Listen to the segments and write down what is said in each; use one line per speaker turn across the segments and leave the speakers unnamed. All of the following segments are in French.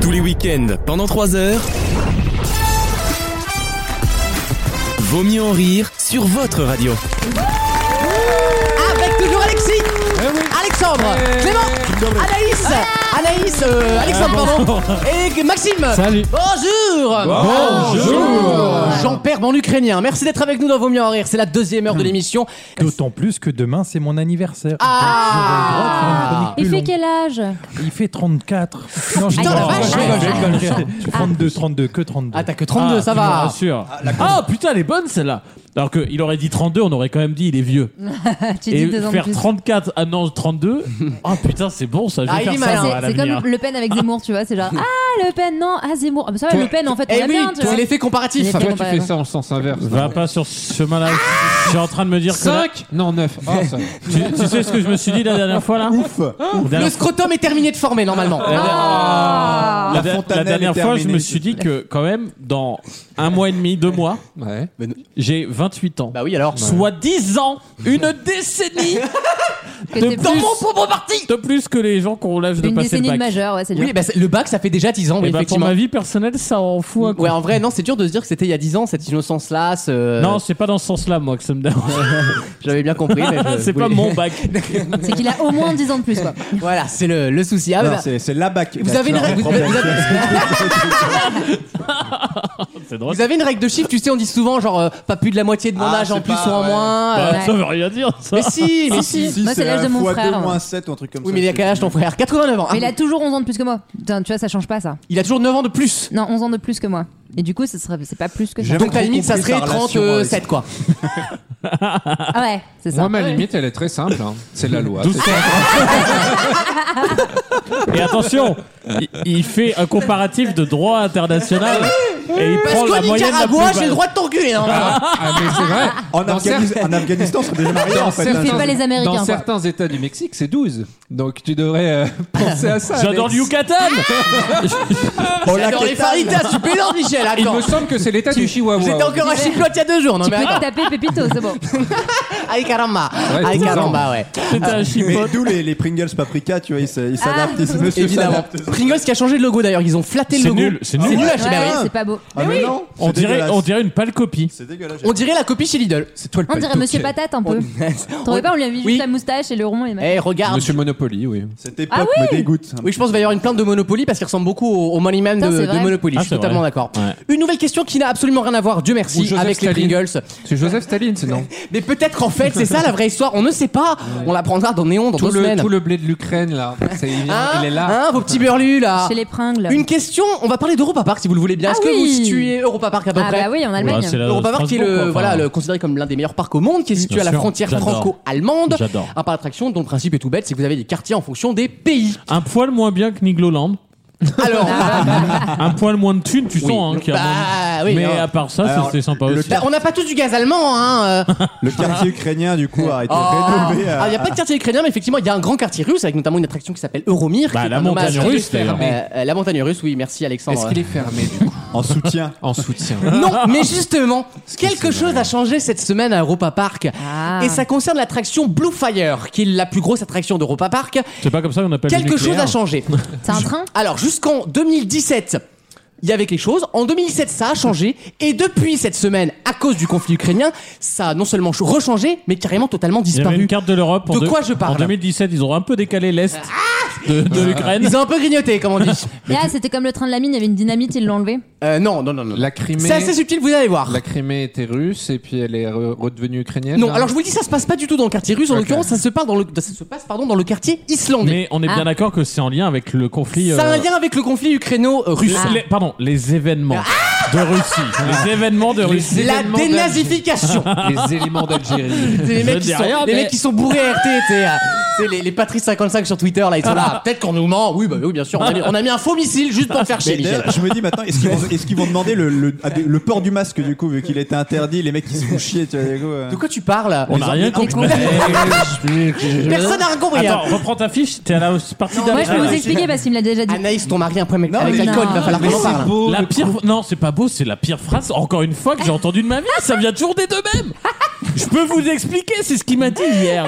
Tous les week-ends, pendant 3 heures. Vaut mieux en rire sur votre radio.
Avec toujours Alexis,
Eh
Alexandre, Clément, Anaïs,
Ah.
Anaïs, euh,
Ah,
Alexandre, pardon, et Maxime.
Salut.
Bonjour.
Bonjour.
J'en perds mon ukrainien. Merci d'être avec nous dans Vaut mieux en rire. C'est la deuxième
Hmm.
heure de l'émission.
D'autant plus que demain, c'est mon anniversaire.
Ah.
J'aurai
Il
le droit
fait
de faire une chronique plus longue.
quel âge
Il fait 34. Non, je
Putain, la
déconne,
vache.
je déconne, je déconne, je déconne. 32, 32, que 32.
Ah, t'as que 32, ça
tu me
va.
rassures. Ah, putain, elle est bonne celle-là. Alors qu'il aurait dit 32, on aurait quand même dit il est vieux.
Ah, Tu
Et
dis deux ans de
faire
plus.
34 à non 32, ah putain, c'est bon ça, je vais
Ah, il
faire
est
ça
malin.
moi, à
C'est c'est
l'avenir.
comme Le Pen avec Zemmour, tu vois. C'est genre Ah, Le Pen, non, ah, Zemmour. Ah, bah, ça va,
Toi-
Le Pen, en fait, on
Eh
a
oui,
bien, tu vois.
c'est l'effet comparatif.
Il est-
Toi, tu
Comparé,
fais
non.
ça en sens inverse.
Va pas sur ce chemin-là. Je suis en train de me dire que. là-
5 Non, 9. Ah, ça.
tu, tu sais ce que je me suis dit la dernière fois là Ouf
Le scrotum est terminé de former normalement.
Ah,
Ah,
Ah,
la,
La
la
fontanelle
dernière
est
fois, je
terminée,
me
s'il
suis dit que quand même, dans un mois et demi, deux mois,
Ouais.
j'ai 28 ans.
Bah oui alors.
Soit 10 ans, une décennie
Que
de
t'es
plus,
plus-
propre parti.
de plus que les gens qui ont l'âge de
Une
passer le
décennie
bac.
de majeur, ouais, c'est dur.
Oui, bah, c'est- le bac ça fait déjà 10 ans, oui,
Et bah pour
effectivement.
ma vie personnelle, ça en fout un coup.
Ouais, euh, en vrai, non, c'est dur de se dire que c'était il y a 10 ans, cette innocence-là. ce-
Non, c'est pas dans ce sens-là, moi, que ça me dérange.
j'avais bien compris. mais je
c'est pas
voulais-
mon bac.
C'est qu'il a au moins 10 ans de plus, quoi.
Voilà, c'est le, le souci. Ah,
Non,
bah,
c'est c'est la bac.
vous, avez une règle, vous, vous avez-
C'est drôle.
vous avez une règle de chiffre, tu sais, on dit souvent genre euh, pas plus de la moitié de mon
Ah,
âge en
c'est
plus
pas-
ou en
ouais.
moins. euh,
Bah,
Ouais.
Ça veut rien dire, ça.
Mais si, mais si.
si. Moi, c'est l'âge de mon frère, ouais.
moins 7 ou un truc comme ça.
Oui, mais il a quel âge ton frère 89 ans. hein.
Mais il a toujours 11 ans de plus que moi. Putain, tu vois, ça change pas, ça.
Il a toujours 9 ans de plus.
Non, 11 ans de plus que moi. Et du coup, ce serait- c'est pas plus que ça.
J'aime
Donc,
trop
à la limite, ça
compris
serait
sa relation avec-
37, quoi.
Oh,
Ah ouais, c'est ça.
Moi, ma limite, elle est très simple. hein. C'est la loi. C'est-
Et attention, il, il fait un comparatif de droit international et il
Ah Parce
prend
qu'au
la moyenne la plus
Nicaragua, j'ai le
basse.
droit de t'enculer. hein.
Ah, mais c'est vrai.
En,
Dans
Afghanis-
certains-
en Afghanistan, on serait déjà mariés en fait.
certains-
hein.
fait pas les Américains,
Dans
quoi.
certains états du Mexique, c'est 12. Donc tu devrais euh, penser à ça.
J'adore le
Alex.
Yucatan
Oh, la
J'adore les
quétale.
faritas, tu plaisantes, Michel.
Il
Attends.
me semble que c'est l'état du Chihuahua.
J'étais encore à Chiplote il y a deux jours. Non,
Tu
mais
peux te
attends.
taper Pépito, c'est bon.
Aïe, caramba.
Ouais,
Aïe,
12 ans.
caramba, ouais.
C'est
Ah.
un
Mais
chipote.
d'où les, les Pringles paprika, tu vois, ils se- ils s'adaptent. ils se- monsieur
Évidemment.
s'adapte.
Pringles qui a changé de logo d'ailleurs, ils ont flatté le
C'est
logo.
nul, c'est
à
nul.
Ouais,
Chibéry.
c'est pas beau.
Ah, mais non,
On
c'est
dirait,
dégueulasse.
on dirait une pâle copie.
C'est dégueulasse.
On dirait la copie chez Lidl.
C'est toi le
On dirait
paletoqué.
Monsieur Patate un peu. T'aurais pas, on lui a mis juste
Oui.
la moustache et le rond et
Eh, regarde.
Monsieur Monopoly, oui.
Cette époque
Ah
me dégoûte.
Oui, je pense qu'il va y avoir une plainte de Monopoly parce qu'il ressemble beaucoup au, au Moneyman
Putain,
de,
c'est
de
vrai.
Monopoly.
Ah,
je suis
c'est
totalement
vrai.
d'accord.
Ouais.
Une nouvelle question qui n'a absolument rien à voir, Dieu
Ou
merci,
Joseph
avec
Staline.
les Pringles.
C'est Joseph Staline, sinon.
Mais peut-être qu'en fait, c'est ça la vraie histoire. On ne sait pas. On l'apprendra dans Néon dans
tout,
deux
le,
semaines.
tout le blé de l'Ukraine, là. C'est- il, vient-
Hein
il est là.
Hein, vos petits burlus là.
chez les pringles.
Une question. On va parler d'Europa Park si vous le voulez bien.
Ah
Est-ce que
oui.
vous situez Europa Park à peu
Ah
près
bah oui, en Allemagne.
Bah, c'est la-
Europa Park qui est le,
Strasbourg, quoi,
voilà,
enfin.
le, considéré comme l'un des meilleurs parcs au monde, qui est situé
Bien
à la
sûr,
frontière
j'adore.
franco-allemande.
J'adore.
Un parc d'attraction dont le principe est tout bête, c'est que vous avez des quartiers en fonction des pays.
Un poil moins bien que Nigloland.
Alors,
Un poil moins de thunes, tu sens, Ah, bah, hein, qu'il y a moins
Ah. bah,
de-
oui,
Mais euh,
alors,
à part ça,
Alors,
c'était sympa
le
aussi.
bah, on n'a pas tous du gaz allemand, hein. euh.
Le quartier ukrainien, du coup, a été
Ah,
rénové.
euh,
euh,
il n'y a pas de quartier ukrainien, mais effectivement, il y a un grand quartier russe avec notamment une attraction qui s'appelle Euromir.
Bah,
qui est
la
un
montagne
hommage-
russe, d'ailleurs.
Euh, euh, la montagne russe, oui, merci Alexandre.
Est-ce qu'il est fermé, du
Ah.
coup
En soutien.
En soutien.
Non, mais justement, quelque chose a changé cette semaine à Europa Park.
Ah.
Et ça concerne l'attraction Blue Fire, qui est la plus grosse attraction d'Europa Park.
C'est pas comme ça qu'on appelle le
Quelque chose
nucléaire.
a changé.
C'est un train
Alors, jusqu'en 2017, il y avait quelque chose. En 2017, ça a changé. Et depuis cette semaine, à cause du conflit ukrainien, ça a non seulement rechangé, mais carrément totalement
Il y avait
disparu.
une carte de l'Europe. en
De
deux-
quoi je parle Ah.
En 2017, ils ont un peu décalé l'Est de, de l'Ukraine.
Ils ont un peu grignoté, comme on dit.
Et Ah, c'était comme le train de la mine, il y avait une dynamite, ils l'ont enlevé.
Euh, non, non, non, non.
La Crimée.
C'est assez subtil, vous allez voir.
La Crimée était russe et puis elle est re- redevenue ukrainienne. hein.
Non,
là
alors je vous le dis, ça se passe pas du tout dans le quartier russe. En
Ok.
l'occurrence, ça se passe dans le, ça se passe, pardon, dans le quartier islandais.
Mais on est bien
Ah.
d'accord que c'est en lien avec le conflit.
Ça a
euh,
un lien avec le conflit ukraino-russe.
les- les- pardon, les événements
Ah.
de Russie. Les événements de Russie.
Les
La
événements
dénazification.
les éléments d'Algérie.
C'est les
Je
mecs, qui
dis
sont,
rien,
les
mais-
mecs qui sont bourrés à RT, tu sais, euh, tu sais, les, les Patrice 55 sur Twitter, là, ils sont
Ah.
là. Peut-être qu'on nous ment. Oui, bah oui, bien sûr. On a, mis, on a mis un faux missile juste pour te faire
Mais
chier, Michel.
d'ailleurs, je me dis maintenant, est-ce qu'ils vont, est-ce qu'ils vont demander le, le- à des- le port du masque du coup, vu qu'il était interdit, les mecs ils se font chier, tu vois, du coup, euh.
De quoi tu parles
On n'a rien compris.
Personne n'a rien compris. hein.
Attends, reprends ta fiche. T'es à la partie
Moi, je peux vous
d'après.
expliquer parce qu'il me l'a déjà dit.
Anaïs, ton mari a un problème avec-
Non,
avec
mais-
l'alcool, il va
Non.
falloir qu'on en parle.
La pire. Non, c'est pas beau. C'est la pire phrase. Encore une fois que j'ai entendu de ma vie. Ça vient toujours des deux mêmes. Je peux vous expliquer. C'est ce qu'il m'a dit hier.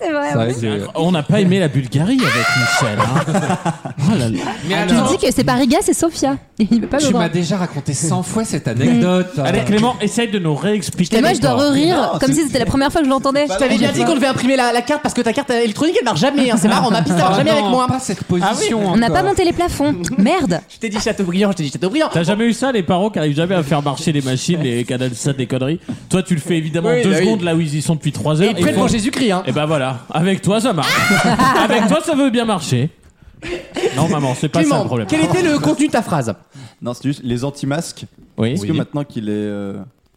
C'est vrai.
C'est vrai
ouais.
que-
On n'a pas aimé la Bulgarie avec Michel. hein. Oh là
même.
Mais
Tu
alors,
dis que c'est pas Riga, c'est Sofia. Il peut pas me
tu m'as
voir.
déjà raconté 100 fois cette anecdote. euh,
Allez, Clément, essaye de nous réexpliquer.
Et moi,
les
je dois
bords.
rire
Non,
comme
c'est-
si c'était la première fois que je l'entendais.
Je t'avais bien dit qu'on devait imprimer la, la carte parce que ta carte électronique elle marche jamais. hein. C'est marrant, ma piste elle
Ah
marche jamais
non,
avec moi. hein.
Pas cette position.
On n'a pas
encore.
monté les plafonds. Merde.
Je t'ai dit Chateaubriand, je t'ai dit Chateaubriand.
T'as jamais eu ça, les parents qui arrivent jamais à faire marcher les machines, les canaux de ça, des conneries Toi, tu le fais évidemment
Oui,
deux
bah oui.
secondes là où ils y sont depuis trois heures.
Et près
ils
de
font-
mon Jésus-Christ, hein.
Et ben voilà, avec toi ça marche. avec toi ça veut bien marcher. Non maman, c'est pas ça le
Clément,
problème.
quel était le contenu de ta phrase
Non, c'est juste les anti-masques.
Oui.
Est-ce que maintenant qu'il est euh,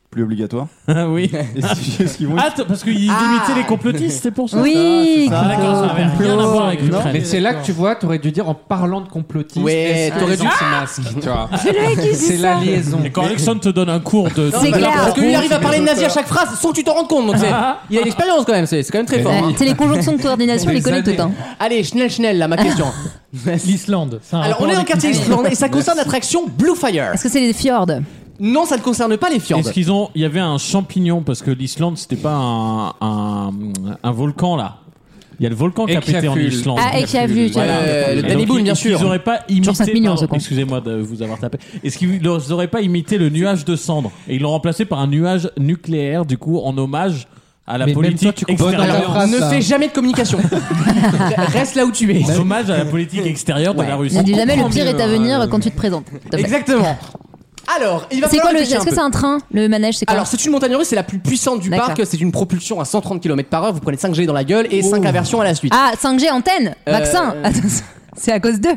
plus obligatoire,
Ah oui.
est-ce est-ce qu'ils vont
Ah t- parce qu'ils
Ah.
imitaient les complotistes, c'est pour ça.
Oui.
Ah, d'accord, ça n'avait rien à voir avec
Mais
l'Ukraine.
c'est là que tu vois, t'aurais dû dire en parlant de complotisme.
Ouais,
est-ce
t'aurais
que
dû-
c'est masque, tu vois.
Ah, C'est lui qui dit
C'est la
ça.
liaison.
Et quand Alexandre te donne un cours de.
C'est
de-
clair.
Parce que lui il arrive à parler de nazi à chaque phrase sans que tu t'en rendes compte. Donc c'est- il a une expérience quand même, c'est c'est quand même très fort. hein.
Ouais, C'est les conjonctions de coordination, on les
Des
connaît tout.
années.
hein.
Allez, Schnell, Schnell, là, ma question.
L'Islande. c'est un
Alors, on
rapport
est dans le
avec
quartier
l'Islande.
Islande et ça concerne l'attraction Blue Fire.
Est-ce que c'est les fjords
Non, ça ne concerne pas les fjords.
Est-ce qu'ils ont. Il y avait un champignon parce que l'Islande c'était pas un, un, un volcan là. Il y a le volcan qui a
Exaful.
pété en Islande.
Ah, et qui a vu.
Voilà.
j'avais-
Euh, le
Et
Danny
donc,
Boone,
ils-
bien
est-ce qu'ils
sûr.
auraient pas imité.
5 millions,
pardon,
je crois.
Excusez-moi de vous avoir tapé. Est-ce qu'ils n'auraient pas imité le nuage de cendre Et ils l'ont remplacé par un nuage nucléaire, du coup, en hommage à la
Mais même
politique
toi, tu comprends
extérieure.
pas la
Alors,
phrase,
ne
ça.
fais jamais de communication. Reste là où tu es.
En hommage à la politique extérieure de la
On
Russie.
dit jamais le
comprend
pire
mieux,
est à
hein,
venir
euh,
quand tu te présentes. s'il te plaît.
Exactement. Alors, il va
C'est
falloir
quoi le.
réfléchir
Est-ce
un
que
peu.
c'est un train Le manège, c'est quoi
Alors, c'est une montagne russe, c'est la plus puissante du
D'accord.
parc. C'est une propulsion à 130 km par heure. Vous prenez 5G dans la gueule et 5 inversions à la suite.
Ah, 5G antenne, vaccin. Attends, c'est à cause d'eux.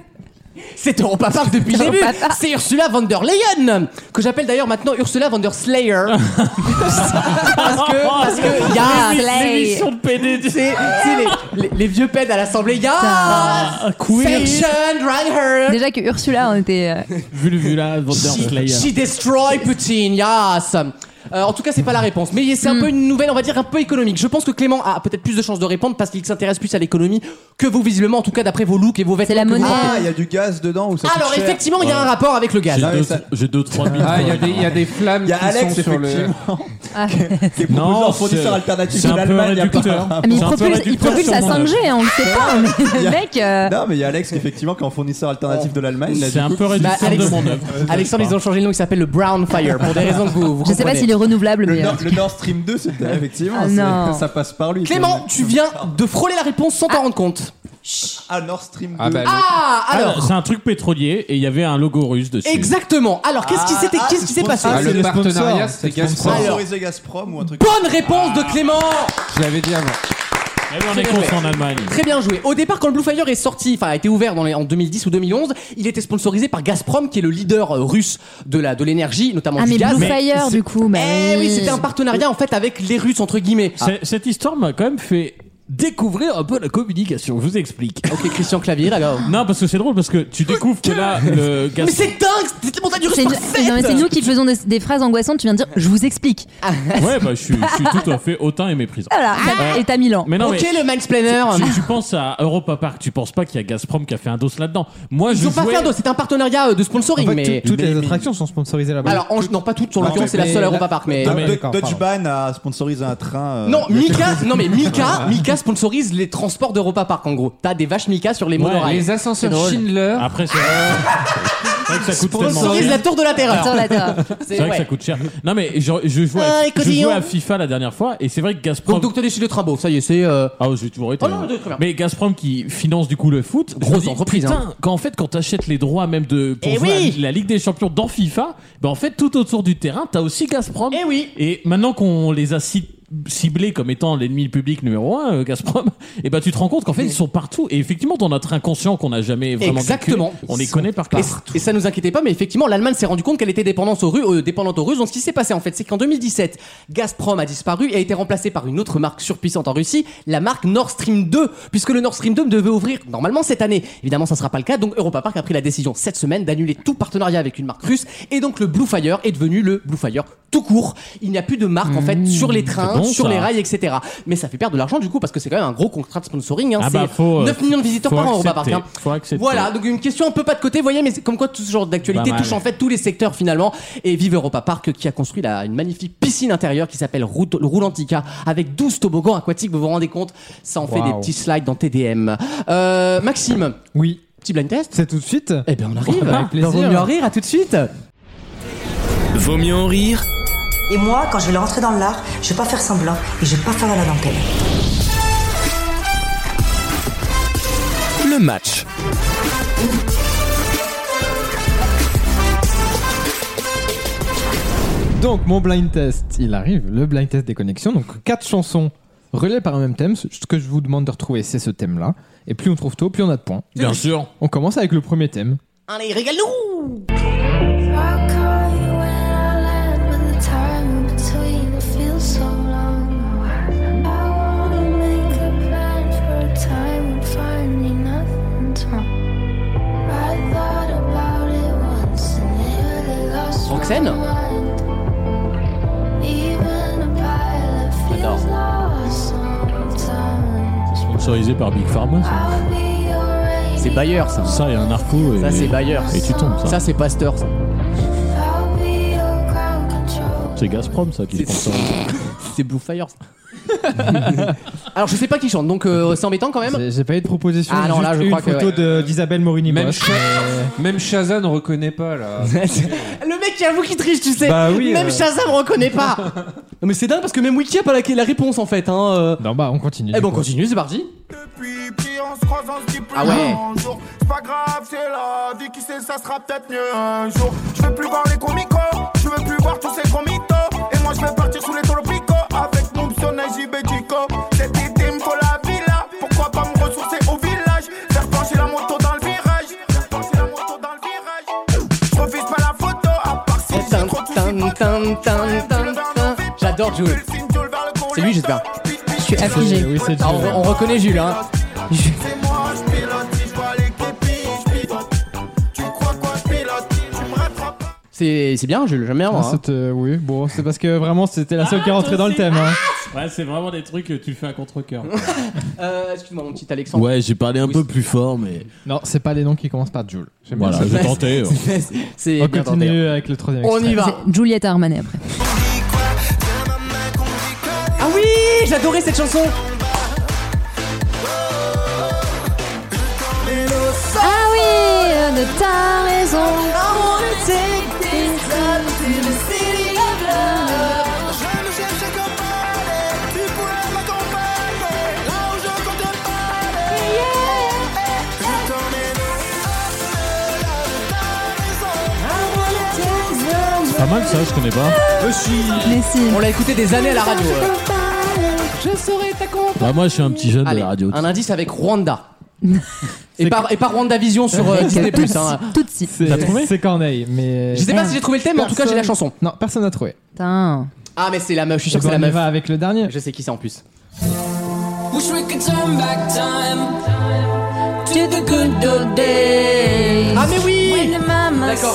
C'est Europa Park depuis le début.
Europa Park.
C'est Ursula von der Leyen, que j'appelle d'ailleurs maintenant Ursula von der Slayer. parce que, parce que, ya,
Ah,
Les-
Slay.
L'émission de PD.
c'est, c'est les, les- les vieux pèdes à l'assemblée, ya,
Ah,
queer.
section, drag her.
Déjà que Ursula, on était. euh,
Vulvula, Vanderslayer.
She, she destroy Putin, yes. Euh, en tout cas, c'est pas la réponse, mais c'est un peu une nouvelle, on va dire un peu économique. Je pense que Clément a peut-être plus de chances de répondre parce qu'il s'intéresse plus à l'économie que vous visiblement, en tout cas d'après vos looks et vos vêtements.
la
que vous
monnaie.
portez.
Ah, il y a du gaz dedans ou Ah, ça coûte
Ah, Alors
cher
effectivement, il y a un rapport avec le gaz.
J'ai
Ah,
deux-
mais ça-
J'ai deux, trois mille.
Ah, il y a des- il y a des flammes
Il y a
qui
Alex,
sont sur le.
effectivement,
ah.
qui est proposé
Non,
en fournisseur
c'est-
alternatif
c'est
de
un peu
l'Allemagne. il y a pas-
réducteur.
Ah, mais il
C'est un peu
propulse, il
réducteur
propulse
sur
à
mon
5G, hein, on le sait pas, mais le mec. euh,
Non, mais il y a Alex, effectivement, qui est en fournisseur alternatif de l'Allemagne. là, du
C'est un
coup-
peu réducteur
Bah, Alex-
de mon œuvre.
Alexandre, ils ont changé le nom, il s'appelle le Brown Fire, pour des raisons que vous, vous
je sais pas
comprenez.
s'il est renouvelable,
Le,
mais. euh,
Nord, le Nord Stream 2, c'était effectivement.
Ah,
c'est-
non.
Ça passe par lui.
Clément, tu viens de frôler la réponse sans t'en rendre compte.
Ah, Nord Stream 2.
Ah, bah,
Ah, alors,
Alors, c'est un truc pétrolier et il y avait un logo russe dessus.
exactement. Alors, qu'est-ce qui s'était,
Ah,
qu'est-ce qui s'est passé
Ah,
Ah, c'est
le
le
partenariat,
sponsor,
c'est
Ils
Gazprom.
Alors-
sponsorisé Gazprom ou un truc
Bonne réponse de Clément
Je l'avais dit avant.
Eh ben, on est contre en Allemagne.
Très bien joué. Au départ, quand le Blue Fire est sorti, enfin a été ouvert dans les- en 2010 ou 2011, il était sponsorisé par Gazprom, qui est le leader euh, russe de la de l'énergie, notamment
Ah,
du
mais
gaz.
Blue Fire, du coup. mais
Eh oui, c'était un partenariat en fait avec les Russes entre guillemets.
C'est- Cette histoire m'a quand même fait découvrir un peu la communication. Je vous explique.
Ok, Christian Clavier, alors.
Non, parce que c'est drôle, parce que tu découvres que là, le gaz.
Mais c'est dingue, c'était montagne russe
C'est nous,
parfaite.
non, mais c'est nous qui faisons des, des phrases angoissantes, tu viens de dire je vous explique.
Ouais, bah, je suis, je suis tout à fait hautain et méprisant. Euh,
Voilà, bah, et t'as Milan.
Mais non,
Ok,
mais
le mansplainer.
tu, tu penses à Europa Park, tu penses pas qu'il y a Gazprom qui a fait un dos là-dedans. Moi,
Ils
je
ont pas
jouais-
fait un dos, c'est un partenariat euh, de sponsoring,
En fait,
mais.
tout- toutes les attractions sont sponsorisées là-bas.
Alors, en- non, pas toutes, sur
Non,
l'occurrence, c'est
mais-
la seule
mais-
Europa Park, mais.
Do-
Ah, mais
Do-
d'accord,
Deutsche
pardon.
Bahn a sponsorisé un train. euh,
Non, Mika, non mais Mika, Mika sponsorise les transports d'Europa Park en gros. T'as des vaches Mika sur les
Ouais,
monorails.
Les ascenseurs Schindler.
Après, c'est vrai que ça coûte tellement
Sponsorise
cher.
la tour de la
Attends,
terreur.
là, t'as-
C'est vrai que ça
ouais.
coûte cher. Non, mais je, je jouais,
Ah, les
je jouais
cotillons.
à FIFA la dernière fois et c'est vrai que Gazprom.
Donc, donc t'as décidé de Trimbo, ça y est, c'est. euh,
Ah, j'ai toujours été.
Oh non,
hein.
mais très bien.
mais Gazprom qui finance du coup le foot,
Grosse
je me dis,
entreprise,
Putain,
hein.
quand en fait, quand t'achètes les droits même de pour
Eh
jouer
oui.
à la Ligue des Champions dans FIFA, ben en fait, tout autour du terrain, t'as aussi Gazprom.
Eh oui.
Et maintenant qu'on les a ci- ciblés comme étant l'ennemi public numéro un, euh, Gazprom, et ben tu te rends compte qu'en fait, ils sont partout. Et effectivement, dans notre inconscient qu'on n'a jamais vraiment calculé,
Exactement.
on les connaît par cœur.
Et, et ça nous inquiétait pas, mais effectivement, l'Allemagne s'est rendu compte qu'elle était dépendante aux, Ru- euh, dépendante aux Russes. Donc, ce qui s'est passé, en fait, c'est qu'en 2017, Gazprom a disparu et a été remplacé par une autre marque surpuissante en Russie, la marque Nord Stream 2, puisque le Nord Stream 2 devait ouvrir normalement cette année. Évidemment, ça ne sera pas le cas. Donc, Europa Park a pris la décision cette semaine d'annuler tout partenariat avec une marque russe. Et donc, le Blue Fire est devenu le Blue Fire tout court. Il n'y a plus de marque, en fait, sur les trains,
Mmh, bon,
sur
ça.
les rails, etc. Mais ça fait perdre de l'argent, du coup, parce que c'est quand même un gros contrat de sponsoring. Hein.
Ah bah,
C'est
faut, euh,
9 millions de visiteurs
faut
par an, Europa Park.
accepter.
hein.
Faut accepter.
Voilà, donc une question un peu pas de côté, vous voyez, mais c'est comme quoi tout ce genre d'actualité
Pas mal.
touche en fait tous les secteurs finalement. Et vive Europa Park qui a construit la, une magnifique piscine intérieure qui s'appelle Route- le Roulantica avec 12 toboggans aquatiques, vous vous rendez compte Ça en fait des petits slides dans TDM. Euh, Maxime,
Oui.
Petit blind test
C'est tout de suite
Eh bien, on arrive.
Avec plaisir.
Dans Vaut mieux en rire, à tout de suite.
Vaut mieux en rire
Et moi, quand je vais rentrer dans l'art, je vais pas faire semblant et je vais pas faire à la dentelle.
le match.
Donc, mon blind test, il arrive, le blind test des connexions. Donc, quatre chansons reliées par un même thème. Ce que je vous demande de retrouver, c'est ce thème-là. Et plus on trouve tôt, plus on a de points.
Bien sûr.
On commence avec le premier thème.
Allez, régale-nous
I'll call you when I land, but the time between it feels so long. I wanna make a plan for a time when finally nothing's wrong. I thought about it once and nearly lost my
Roxane
mind. Even a pilot feels lost sometimes.
Sponsorisé par Big Pharma. ça.
I'll be your
C'est
radio.
Bayer, ça.
Ça, il y a un narco. Et...
Ça, c'est Bayer.
Et tu tombes, ça.
Ça, c'est Pasteur. ça.
I'll be your ground control.
C'est Gazprom, ça, qui
C'est-
sponsorise.
C'est Blue Fire. ça. Alors, je sais pas qui chante, donc euh, c'est embêtant quand même.
J'ai j'ai pas eu de proposition.
Ah non,
juste
là, je
une
crois que,
photo
ouais.
de- d'Isabelle
Même,
Morini-Bosch.
Sha- même Shazam ne reconnaît pas là.
le mec qui avoue qu'il triche, tu sais.
Bah oui,
même
euh.
Shazam reconnaît pas. Non, mais c'est dingue parce que même Wiki a pas la, la réponse en fait. Hein. euh.
Non, bah, on continue.
Eh
du
ben, on
coup.
continue, c'est parti.
Depuis, puis on se croise, on se dit plus
Ah ouais.
un jour. C'est pas grave, c'est la vie qui sait, ça sera peut-être mieux un jour. Je veux plus voir les comicos, je veux plus voir tous ces gros mythos. Et moi, je vais partir sous les tropicaux avec mon psionnet Jibédico. Cet été, il me faut la villa. Pourquoi pas me ressourcer au village? Faire pencher la moto dans le virage. Faire pencher la moto dans le virage. Je refuse pas la photo, à part si j'ai
Tan,
trop de soucis.
tan, tan, tan, tan, tan. J'adore Jules. C'est lui, j'espère.
Je
suis affligée.
Oui, c'est
Ah, on, re- on reconnaît Jules, hein.
C'est moi, je pilote, je vois l'équipe, je pilote. Tu crois quoi, je pilote, tu me rattrapes.
C'est c'est bien, Jules, j'aime bien.
Ah,
moi, hein.
c'est, euh, oui, bon, c'est parce que vraiment, c'était la seule qui est rentrée dans le thème. hein.
Ouais, c'est vraiment des trucs que tu fais à contre-coeur.
Euh, Excuse-moi, mon petit Alexandre.
ouais, j'ai parlé un peu plus fort, mais.
Non, c'est pas les noms qui commencent par Jules. J'aime bien
Voilà,
ça.
j'ai tenté. ouais.
C'est
On
Eh bien tenté.
continue avec le troisième
On y
extrait.
va.
C'est Juliette Armanet après.
Ah oui, j'adorais cette chanson.
Ah oui, euh, de ta raison.
Je vais me chercher comme palais, tu pourras m'accompagner. Là où je compte pas aller. Je t'emmène
C'est pas mal, ça, je connais pas.
Mais si.
On l'a écouté des années à la radio. euh. Je serai ta compagne.
Bah, moi, je suis un petit jeune
Allez,
de la radio.
un indice avec Rwanda. et, par, et par Rwanda Vision sur euh, Disney+.
Tout de
hein.
suite, tout de suite.
C'est-
T'as trouvé
C'est Corneille, mais.
Je sais pas si j'ai trouvé le thème, mais en tout cas j'ai la chanson.
Non, personne n'a trouvé.
Putain.
Ah mais c'est la meuf, je suis sûr
Eh
que c'est
ben,
la
on y
meuf.
va avec le dernier.
Je sais qui c'est en plus. Ah mais oui D'accord.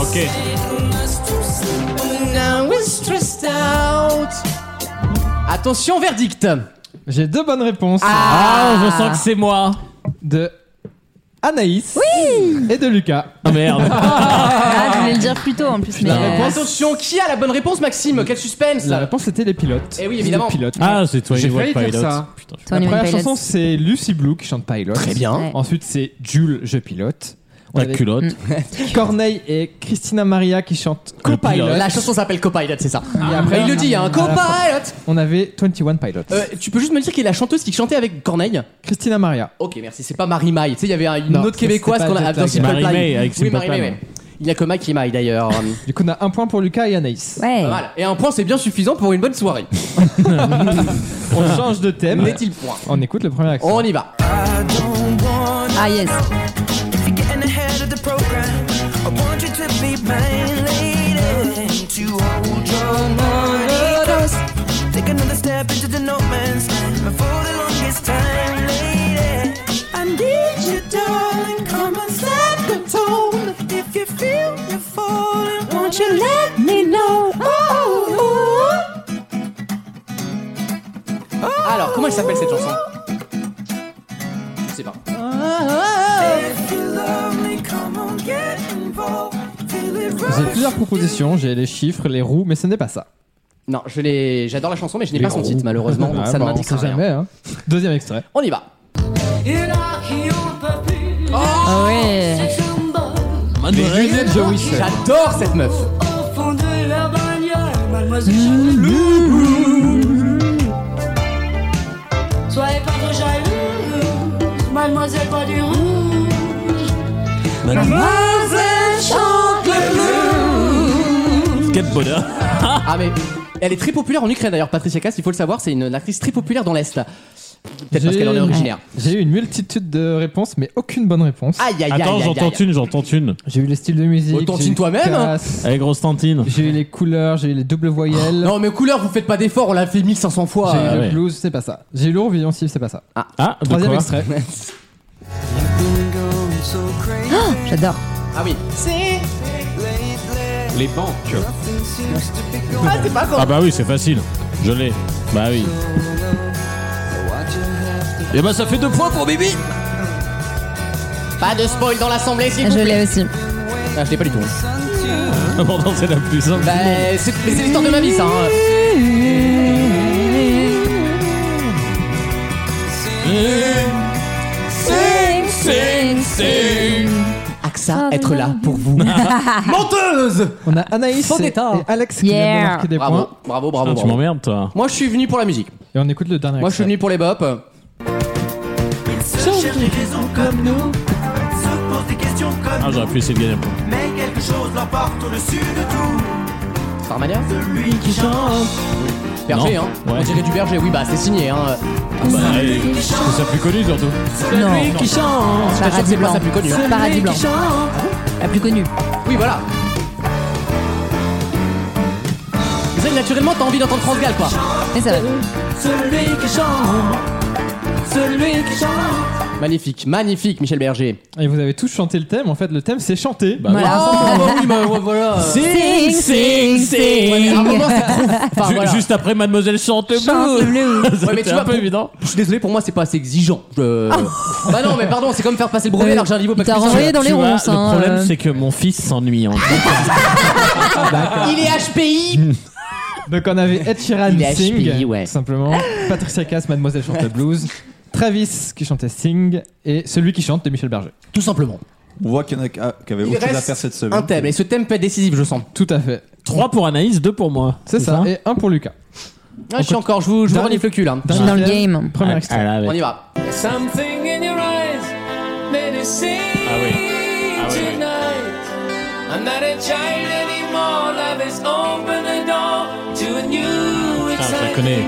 Ok.
Attention, verdict
J'ai deux bonnes réponses
Ah, je sens que c'est moi.
de Anaïs et de Lucas.
Ah merde.
Ah, je voulais le dire plus tôt en plus. Mais... euh,
La réponse-
Euh, Attention, qui a la bonne réponse Maxime Quel suspense
La réponse c'était les pilotes.
Eh oui, évidemment.
Les pilotes.
Ah, c'est toi,
J'ai
One
failli
Pilot.
dire ça.
Putain, je-
Toi,
la
Animal
première
Pilots.
chanson c'est Lucy Blue qui chante Pilot.
Très bien.
Ouais.
Ensuite c'est Jules, je pilote. On
La
avait
culotte.
Corneille et Christina Maria qui chantent
Le
Copilot.
pilote.
La chanson s'appelle Copilot, c'est ça.
Et
Bah,
après,
il le dit, hein,
à la fin,
Copilot
On avait 21 Pilots.
Euh, Tu peux juste me dire qui est la chanteuse qui chantait avec Corneille
Christina Maria.
Ok, merci. C'est pas Marie Maille. Tu sais, il y avait un- une
Non,
autre
ça,
québécoise
c'était
qu'on
pas
a
Jet Lag.
Simple
Marie
Plan.
Maille avec
Oui,
Simple
Marie Maille,
Plan.
ouais. Il y a que Mac qui maille d'ailleurs.
Du coup on a un point pour Lucas et Anaïs.
Ouais.
Pas mal. Et un point, c'est bien suffisant pour une bonne soirée.
On change de thème.
N'est-il point
On écoute le premier accent.
On y va.
Ah yes.
Alors, comment elle s'appelle cette chanson Je sais pas.
If you love me, come on, get involved. Feel it right.
J'ai plusieurs propositions, j'ai les chiffres, les roues, mais ce n'est pas ça.
Non, je l'ai- j'adore la chanson, mais je n'ai pas son
roues.
titre, malheureusement, donc
Ah,
ça ne
bah, on
m'indique
sait
rien.
jamais. hein. Deuxième extrait.
On y va. Oh.
Ah ouais.
Les
lunettes de Wissem. J'adore cette meuf.
Soyez pas trop jalouse, mademoiselle pas du rouge. Mademoiselle chante le
Hmm.
blues.
Quel bonheur.
ah, mais elle est très populaire en Ukraine d'ailleurs, Patricia Cass, il faut le savoir, c'est une actrice très populaire dans l'Est. Peut-être parce
J'ai-
qu'elle en est originaire.
J'ai eu une multitude de réponses, mais aucune bonne réponse.
Aïe, aïe, aïe,
Attends,
aïe, aïe,
j'entends
aïe.
une, j'entends une.
J'ai eu les styles de musique.
Oh, tantine
j'ai eu
toi-même, hein.
casse,
Allez, grosse tantine.
J'ai eu les couleurs, j'ai eu les doubles voyelles.
Non, mais couleur, vous faites pas d'effort, on l'a fait 1500 fois. euh.
J'ai eu
Ah
le
ouais.
blues, c'est pas ça. J'ai eu le rouvillon, si, c'est pas ça.
Ah, de
Troisième
quoi
extrait.
Oh, J'adore.
Ah oui.
Les banques.
Ah, c'est pas
Ah bah oui, c'est facile. Je l'ai. Bah oui. Et bah ça fait deux points pour Bibi
Pas de spoil dans l'assemblée, s'il vous
Je
plaît.
l'ai aussi.
Ah, je l'ai pas du tout.
Pourtant c'est la plus simple.
Bah, c'est mais c'est l'histoire de ma vie, ça. hein. AXA, être là pour vous. Menteuse
On a Anaïs
Son
et, et
état.
Alex qui
Yeah.
viennent de marquer des
Bravo,
points.
bravo, bravo.
Putain, Ah, tu
bravo.
m'emmerdes toi.
Moi, je suis venu pour la musique.
Et on écoute le dernier
Moi, je suis
extrait.
venu pour les bop.
Ah j'aurais pu essayer de gagner un point.
Starmania Berger,
Non.
hein
Ouais.
On dirait du berger, oui, bah c'est signé, hein.
Bah, oui. c'est sa plus connue surtout.
Non.
qui
Je t'assure que
Paradis
c'est pas
blanc.
sa plus connue. hein.
Paradis blanc. La plus connue.
Oui, voilà. Vous savez, naturellement, t'as envie d'entendre France Gall, quoi.
Et ça va.
Magnifique, magnifique, Michel Berger.
Et vous avez tous chanté le thème. En fait, le thème, c'est chanter.
Bah,
Voilà. Ah,
oui, bah voilà.
Sing,
À un
sing, sing.
moment, Ah, c'est trop. Enfin,
Ju-
voilà.
Juste après Mademoiselle chante
Chante le
C'était
Ouais, mais tu
un
vois,
peu
pour-
évident.
Je suis désolé, pour moi, c'est pas assez exigeant. Je- bah non, mais pardon, c'est comme faire passer le brevet
Ah. Euh,
large un niveau parce
t'as
que
renvoyé dans
Tu
les
vois,
ronces.
Le
hein,
problème
euh.
c'est que mon fils s'ennuie. en fait.
il est HPI.
Donc on avait Ed Sheeran
Il est
Sing,
HPI, ouais.
tout simplement. Patricia Cass, Mademoiselle chante la blues. Travis qui chantait Sing et celui qui chante de Michel Berger.
Tout simplement.
On voit qu'il y en a qui ah, qui avaient
Il
autre chose à
reste
faire cette semaine.
Un thème, et ce thème peut être décisif, je sens.
Tout à fait.
Trois pour Anaïs, deux pour moi.
C'est ça.
Hein
Et un pour Lucas.
Ah, je suis encore, je vous, je vous
Dernier-
renifle le cul là.
Je suis dans le game.
Premier extrait.
Ah, là, ouais.
On y va.
Ah oui. Ah oui, oui. Putain, je la connais.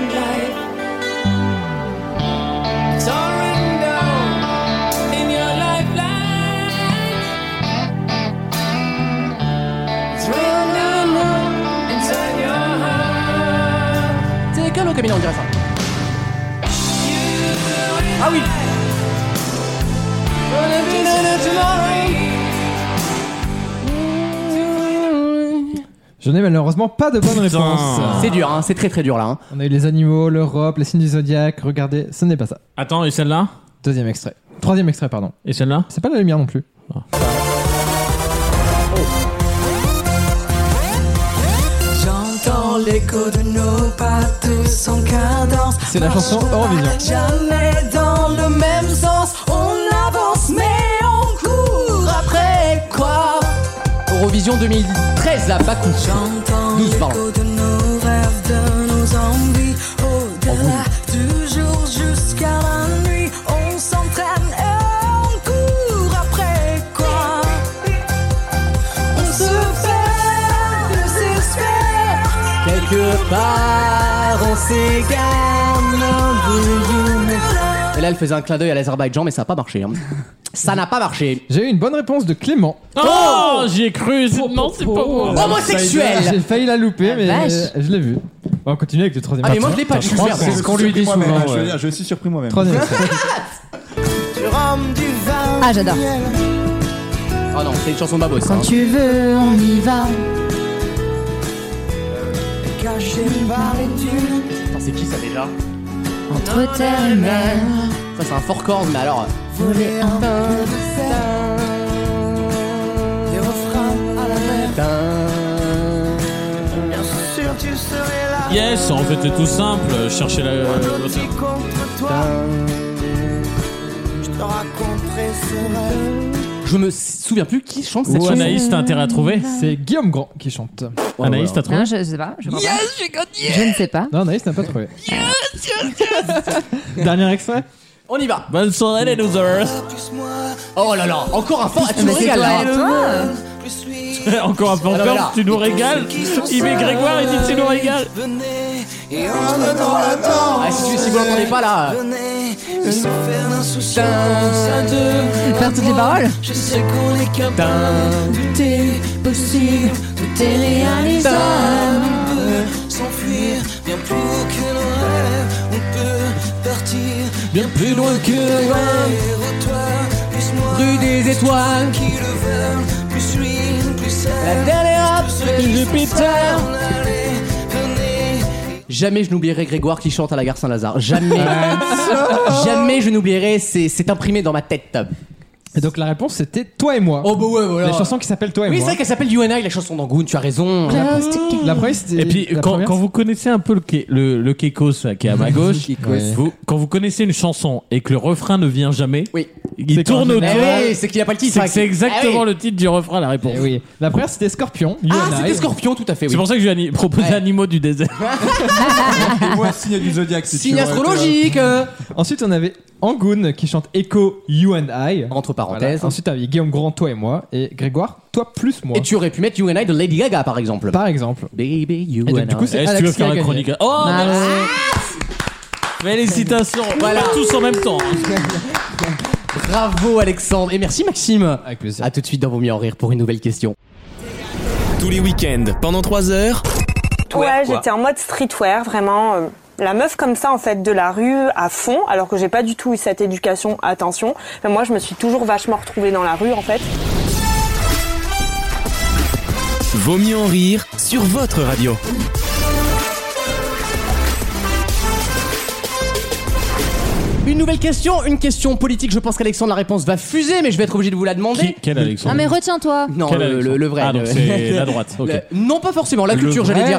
C'est comme au Camille, on dirait ça. Ah oui.
Je n'ai malheureusement pas de bonne
Putain.
réponse.
C'est dur, hein, c'est très très dur là. hein.
On a eu les animaux, l'Europe, les signes du zodiaque. Regardez, ce n'est pas ça.
Attends, et celle-là
Deuxième extrait. Troisième extrait, pardon.
Et celle-là
C'est pas la lumière non plus.
J'entends l'écho de nos pas tous en cadence.
C'est la chanson Eurovision.
Jamais dans le même sens. On avance, mais on court après quoi
Eurovision 2013 à Bakou.
J'entends
12, pardon.
l'écho de nos rêves, de nos envies. Au-delà du jour jusqu'à la nuit. On s'entraîne et on court après quoi On se fait désespérer.
Quelque part, on s'égare. Et là, elle faisait un clin d'œil à l'Azerbaïdjan, mais ça n'a pas marché. hein. Ça n'a pas marché.
J'ai eu une bonne réponse de Clément.
Oh, J'y ai cru Non, c'est pas moi
J'ai
Homosexuel
failli la louper, mais
vache.
euh, je l'ai vu. On va continuer avec le troisième
Ah, mais
extrait.
moi je l'ai pas vu.
crois
merde.
qu'on-
Je
C'est ce
suis
qu'on lui
surpris
dit
moi-même,
souvent,
hein, je veux
ouais.
dire, Je suis surpris moi-même.
Troisième extrait.
Ah, j'adore.
Ah non, c'est une chanson de Babos. ça, hein.
Quand tu veux, on y va.
Putain, C'est qui ça déjà
Entre terre et mer.
Ça, c'est un four chord, mais alors.
Voler un peu.
Tin,
tu serais là.
Yes, en fait c'est tout simple, euh, cherchez la.
Petit contre toi, je te raconterai ce rêve.
Je me souviens plus qui chante cette
Ou
chanson.
Anaïs, t'as intérêt à trouver
C'est Guillaume Grand qui chante.
Anaïs, t'as trouvé
Hein, je, je sais pas. Je, crois pas.
j'ai gagné.
Je ne sais pas.
Non, Anaïs n'a pas trouvé. Dernier extrait
On y va.
Bonne soirée les losers
Plus-moi,
Oh là là, encore un fort. Tu me
Mais c'est
régales,
toi,
hein.
Ah.
toi.
plus lui.
Encore un
Alors là.
porteur, tu nous régales Il met Grégoire, il dit tu nous régales
Venez et entre dans la danse.
Ah, si, si vous l'entendez pas là.
Venez, laissez faire l'insouciance à deux.
Faire toutes les paroles
Je sais qu'on est capable. Tout est possible, tout est réalisable. On peut s'enfuir bien plus haut que nos rêves. On peut partir
Bien plus loin que
vers toi. Plus moi,
Rue des étoiles,
qui le veulent, plus lui, plus
la
elle.
dernière
Plus
de Jupiter.
s'en aller. Venez.
Jamais je n'oublierai Grégoire qui chante à la gare Saint-Lazare. Jamais. Jamais je n'oublierai. C'est c'est imprimé dans ma tête.
Et donc la réponse c'était Toi et moi.
Oh bah ouais, voilà.
La chanson qui s'appelle Toi et
Oui, c'est
moi.
vrai qu'elle s'appelle You and I, la chanson d'Angoon, tu as raison. Ah
La première c'était.
Et puis
la
quand,
première,
quand vous connaissez un peu le, ke- le, le Kekos là, qui est à ma gauche,
Ouais.
vous- quand vous connaissez une chanson et que le refrain ne vient jamais,
Oui.
il
C'est quand
tourne
je
autour.
Eh oui, c'est qu'il n'y a pas le titre.
C'est que c'est
Ah oui.
exactement le titre du refrain, la réponse.
Eh oui. La première c'était Scorpion. You
Ah,
and
c'était
I.
Scorpion, tout à fait,
C'est
oui.
pour ça que je lui ai ani- proposé
Ouais.
Animaux du désert.
Et moi, signe du zodiaque. Si tu
Signe
veux,
astrologique. euh.
Ensuite on avait Angoon qui chante Echo You and I.
Entre
Voilà.
parenthèses.
Ensuite, t'avais Guillaume Grand, toi et moi, et Grégoire, toi plus moi.
Et tu aurais pu mettre You and I de Lady Gaga, par exemple.
Par exemple.
Baby, you
Et donc,
and
du coup,
I.
c'est
Eh, si tu veux
Alex qui
faire
a
la
gagné.
chronique. Oh,
Ah,
merci.
ouais.
félicitations. Voilà, tous en même temps.
Bravo, Alexandre. Et merci, Maxime.
Avec plaisir.
À tout de suite dans Vos Mieux en Rire pour une nouvelle question.
Tous les week-ends, pendant 3 heures.
Ouais, j'étais en mode streetwear, vraiment. euh, La meuf comme ça, en fait, de la rue à fond, alors que j'ai pas du tout eu cette éducation, attention. Mais moi, je me suis toujours vachement retrouvée dans la rue, en fait.
Vaut mieux en rire sur votre radio.
Une nouvelle question, une question politique. Je pense qu'Alexandre, la réponse va fuser, mais je vais être obligé de vous la
Qui-
demander.
quel Alexandre
Ah, mais retiens-toi.
Non,
Quel
le,
Alexandre
le- le vrai.
Ah, donc
le-
c'est la droite, ok.
Le- non, pas forcément. La
Le
culture, j'allais
vrai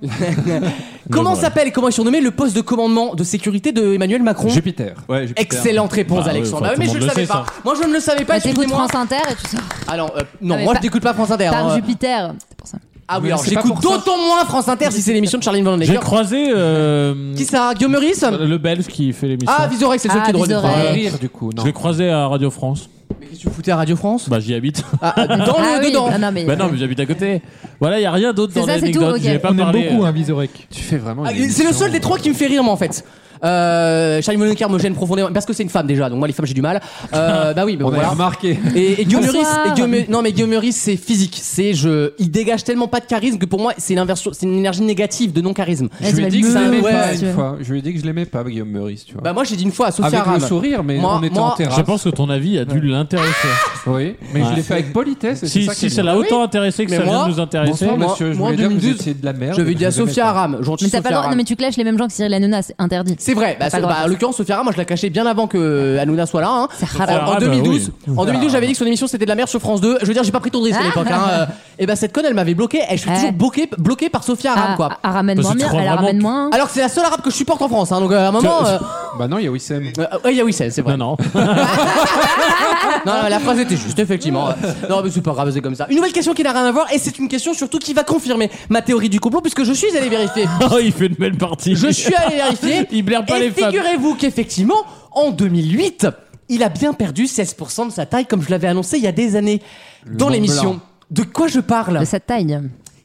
dire. comment
vrai.
s'appelle, comment est surnommé le poste de commandement de sécurité de Emmanuel Macron
Jupiter. Ouais, Jupiter.
Excellente réponse,
Bah ouais,
Alexandre.
enfin,
Ah, mais
tout
je
le
ne
monde
le
le
savais
sait,
pas. Moi, je ne le savais pas.
Bah, T'écoutes
Excusez-moi.
France Inter et tu sors
Ah non, euh, non,
Ah, mais
moi, je
pas-
n'écoute pas France Inter. hein.
par Jupiter. C'est pour ça.
Ah oui,
Mais
alors
c'est pas
j'écoute
pour ça.
d'autant moins France Inter si c'est l'émission de Charline Van
J'ai
Lecker.
croisé euh,
Qui ça Guillaume Meurice
le Belge qui fait l'émission.
Ah, Vizorek, c'est le seul
Ah,
qui est drôle. de
Vizorek.
France.
Ouais.
Rire, du coup,
je
non.
l'ai croisé à Radio France.
Mais qu'est-ce que tu foutais à Radio France
Bah j'y habite.
Ah, ah, Dans
Ah
le
oui,
dedans.
ah non, mais.
bah non mais j'habite à côté. Voilà, il y a rien d'autre
C'est
dans
ça, c'est
l'anecdote.
tout, ok.
Je vais pas
On aime
parler,
beaucoup,
euh,
hein, Vizorek.
Tu fais vraiment.
Ah,
une
C'est le seul
euh,
émission.
des trois qui me fait rire, moi, en fait. Euh, Charlie Monocard me gêne profondément parce que c'est une femme déjà, donc moi les femmes j'ai du mal. Euh, bah oui, bah,
On a
voilà.
remarqué.
Et, et Guillaume Meurice,
Bonsoir.
et Guillaume- non mais Guillaume Meurice, c'est physique, c'est je, il dégage tellement pas de charisme que pour moi c'est l'inversion, c'est une énergie négative de non charisme.
Je lui ai dit que je
me
l'aimais
mets
pas
pas,
une fois. Je lui ai dit que je l'aimais pas, Guillaume Meurice, tu vois.
Bah moi j'ai dit une fois à Sophia
Avec le
Aram.
sourire, mais
Moi-
on était en
moi-
terrasse.
Euh, Je pense que ton avis a dû l'intéresser.
Ah,
Oui, mais
Ouais.
je l'ai fait avec politesse. et
Si,
c'est ça
si,
qui est
ça
bien.
l'a autant intéressé que
Mais
ça vient
moi-
de nous intéresser.
Bonsoir,
Moi-
monsieur. Je
moi, en
voulais dire que vous
2012,
étiez de la merde.
J'avais
et
dit
je
à
vous aimais
Sophia
pas.
Aram, gentil
Mais t'as pas le
Sophia
droit.
Aram.
Non, mais tu clashes les mêmes gens que Cyril Hanouna, c'est interdit.
C'est vrai, bah,
Pas
sur-
grave.
bah, en l'occurrence, Sophia Aram, moi je la cachais bien avant que Hanouna soit là. hein.
C'est
En,
haram.
en
Ah, bah
2012, en 2012 j'avais dit que son émission c'était de la merde sur France 2. Je veux dire, j'ai pas pris ton risque à
Ah.
l'époque. hein. Euh, Et bah cette conne elle m'avait bloqué, et je suis
Eh.
toujours bloqué, bloqué par Sophia Aram
Ah,
quoi.
ah, ramène
Parce
moins
que tu
bien,
crois
elle la
vraiment
ramène
que-
moins.
Alors que Ah, c'est la seule arabe que je supporte en France, hein, donc euh, à un moment.
Tu-
euh,
Bah non, il y a Wissem.
euh, oui, il y a Wissem, c'est vrai.
Non, non.
Non, non, mais la phrase était juste, effectivement. non, mais c'est pas grave, c'est comme ça. Une nouvelle question qui n'a rien à voir, et c'est une question surtout qui va confirmer ma théorie du complot, puisque je suis allé vérifier.
Oh, il fait une belle partie.
Je suis allé vérifier.
Il blaire pas
et
les femmes.
figurez-vous qu'effectivement, en 2008, il a bien perdu 16% de sa taille, comme je l'avais annoncé il y a des années dans
Mont
l'émission.
Blanc.
De quoi je parle
De cette taille.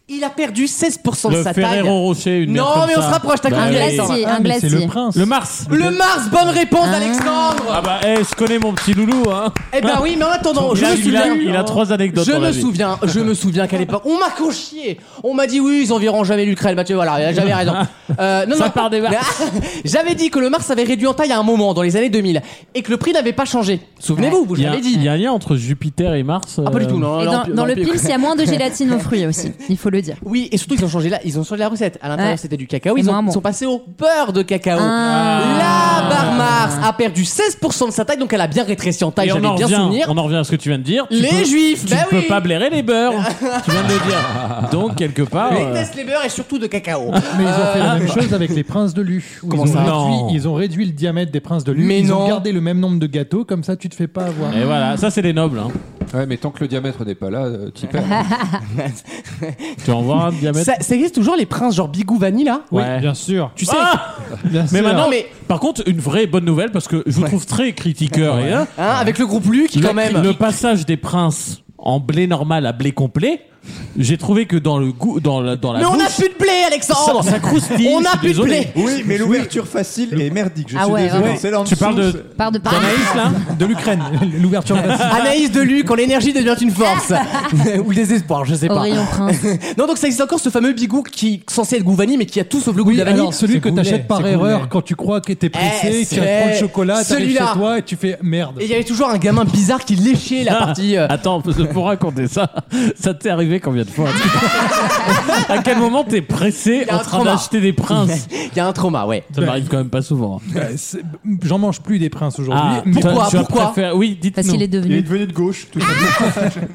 Il a perdu 16% de
Le
sa taille.
Ferrero Rocher, une
Non,
merde comme
mais on
ça.
se rapproche, t'as
Bah
Un
compris,
oui.
Alexandre.
glacier,
Ah,
un
mais c'est
glacier.
le prince.
Le Mars.
Le Mars, bonne réponse,
Ah.
Alexandre
Ah bah, eh, je connais mon petit loulou, hein.
Eh ben oui, mais en attendant, je
il, a,
me
il, a,
souviens.
il a trois anecdotes.
Je
dans
me
la vie.
souviens, je me souviens qu'à l'époque, on m'a conchié. On m'a dit oui, ils enverront jamais l'Ukraine. Bah tu vois, voilà, j'avais raison. Euh, non,
Ça
non.
part des Mars.
J'avais dit que le Mars avait réduit en taille à un moment dans les années 2000 et que le prix n'avait pas changé. Souvenez-vous, vous
Il y, a,
l'avez dit.
il y a un lien entre Jupiter et Mars.
Ah pas du tout, non.
Et
non,
dans,
non,
dans le
non,
pile, il y a moins de gélatine aux fruits aussi. Il faut le dire.
Oui, et surtout ils ont changé la, ils ont changé la recette. À l'intérieur
Ouais.
c'était du cacao,
Et Ah.
ils, ont-
moins bon.
ils sont passés au beurre de cacao. Ah,
Ah.
La barre Mars a perdu 16% de sa taille, donc elle a bien rétréci en taille,
Et on
j'avais
en,
bien
revient,
souvenir.
on en revient à ce que tu viens de dire. Tu
Les
peux-
Juifs,
Tu
ben
bah
peux
oui.
pas blairer les beurs. tu viens de le dire. Donc, quelque part.
Je
euh, ah.
déteste les beurres et surtout de cacao.
Mais ils ont fait la
Euh,
même chose avec les princes de Lu. où
Comment
ils ont
ça Non.
réduit, Ils ont réduit le diamètre des princes de Lu.
Mais
ils
non.
ont gardé le même nombre de gâteaux, comme ça tu te fais pas avoir.
Et voilà, ça c'est des nobles. hein.
Ouais, mais tant que le diamètre n'est pas là, euh, t'y perds.
Tu en vois un diamètre
Ça, ça existe toujours les princes genre Bigouvani là
Oui,
Ouais.
bien sûr.
Tu sais
Ah
Bien
mais
sûr.
maintenant,
Non, mais-
par contre, une vraie bonne nouvelle parce que je vous trouve très critiqueur. et, hein,
hein, avec le groupe Luc
le,
quand même.
le passage des princes en blé normal à blé complet, j'ai trouvé que dans le goût, dans la, dans la
Mais on a
bouche,
plus de blé Alexandre.
ça, ça croustille.
On
je
a
suis
plus de
désolé.
blé.
Oui, mais l'ouverture facile est merdique. Je
Ah
suis
ouais,
désolé.
vraiment.
C'est là en
Tu parles
dessous,
de
Part de part.
d'Anaïs là
De l'Ukraine, l'ouverture facile.
Anaïs Ah. de Luc, quand l'énergie devient une force ou le désespoir, je sais
Au
pas.
rayon prince.
Non, donc ça existe encore ce fameux bigou qui est censé être Gouvani mais qui a tout sauf le goût
Oui,
Eh,
de la vanille.
alors celui que
c'est
t'achètes
Goulet,
par
c'est
erreur
Goulet.
quand tu crois que t'es pressé,
Eh,
tu prends le
c'est
chocolat, t'arrives chez
celui-là.
toi et tu fais
Ah,
merde.
Et il y avait toujours un gamin bizarre qui léchait
Ah.
la partie. euh,
Attends, parce que pour raconter ça, ça t'est arrivé combien de fois À quel moment t'es pressé
Il a
en
un
train
trauma.
d'acheter des princes
Il y a un trauma, ouais.
Ça m'arrive quand même pas souvent. hein.
Bah, Ben, c'est- J'en mange plus des princes aujourd'hui.
Ah,
mais-
toi, tu as
pourquoi
préféré- Oui, dites-nous.
Parce qu'il est
Il est
devenu.
devenu de gauche. Tout simplement.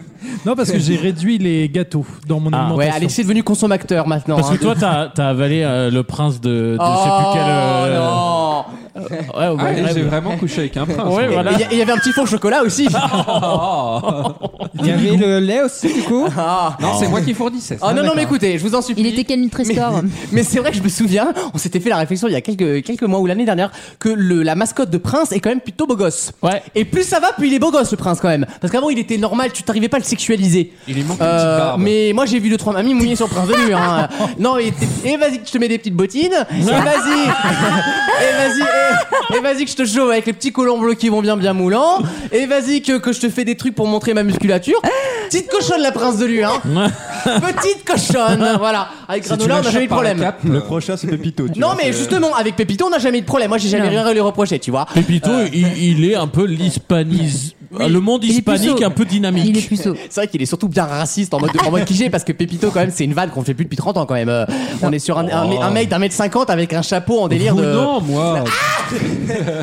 Non, parce que j'ai réduit les gâteaux dans mon
Ah,
alimentation.
Ouais, Alexis est devenu consommateur maintenant.
Parce que
hein.
toi, t'as t'as avalé euh, le prince de, de je sais plus quel.
Oh,
euh,
non.
Ouais, au
Ah, et
Maghreb.
j'ai vraiment couché avec un prince.
Ouais,
moi.
voilà.
Et il y a- et il y avait un petit fond au chocolat aussi.
Il y avait le lait aussi, du coup
Ah.
Non, c'est moi qui fournissais.
Oh non, non, mais écoutez, je vous en supplie.
Il était quel Nutri-Score
Mais c'est vrai que je me souviens, on s'était fait la réflexion il y a quelques, quelques mois ou l'année dernière, que le, la mascotte de Prince est quand même plutôt beau gosse.
Ouais.
Et plus ça va, plus il est beau gosse le Prince quand même. Parce qu'avant il était normal, tu t'arrivais pas à le sexualiser.
Il lui manque une petite
Euh,
barbe.
mais moi j'ai vu deux trois mamies mouiller sur Prince de Mur. hein. Non, et, et vas-y que je te mets des petites bottines. Et vas-y, et vas-y, et, et vas-y que je te chauffe avec les petits colons bleus qui vont bien bien moulants. Et vas-y que, que je te fais des trucs pour montrer ma musculature. Petite cochonne la Prince de Lu, hein. Petite cochonne, voilà. Avec
Si tu
Granola, on n'a
lâches
jamais eu de
par la
problème.
cape,
Le prochain, c'est Pépito. tu
Non
vois,
mais
euh.
c'est-
justement avec Pépito on n'a jamais eu de problème. Moi j'ai jamais
Non.
rien à lui reprocher, tu vois.
Pépito, il, il est un peu l'hispanis. Le monde
Il est plus
hispanique
au-
un peu
Il est
dynamique.
puceau.
C'est vrai qu'il est surtout bien raciste en mode en mode cliché parce que Pépito quand même c'est une vanne qu'on fait plus depuis 30 ans quand même. Euh, on est sur un, un, un mec d'un mètre cinquante avec un chapeau en délire
Vous,
de Ah
Non, moi.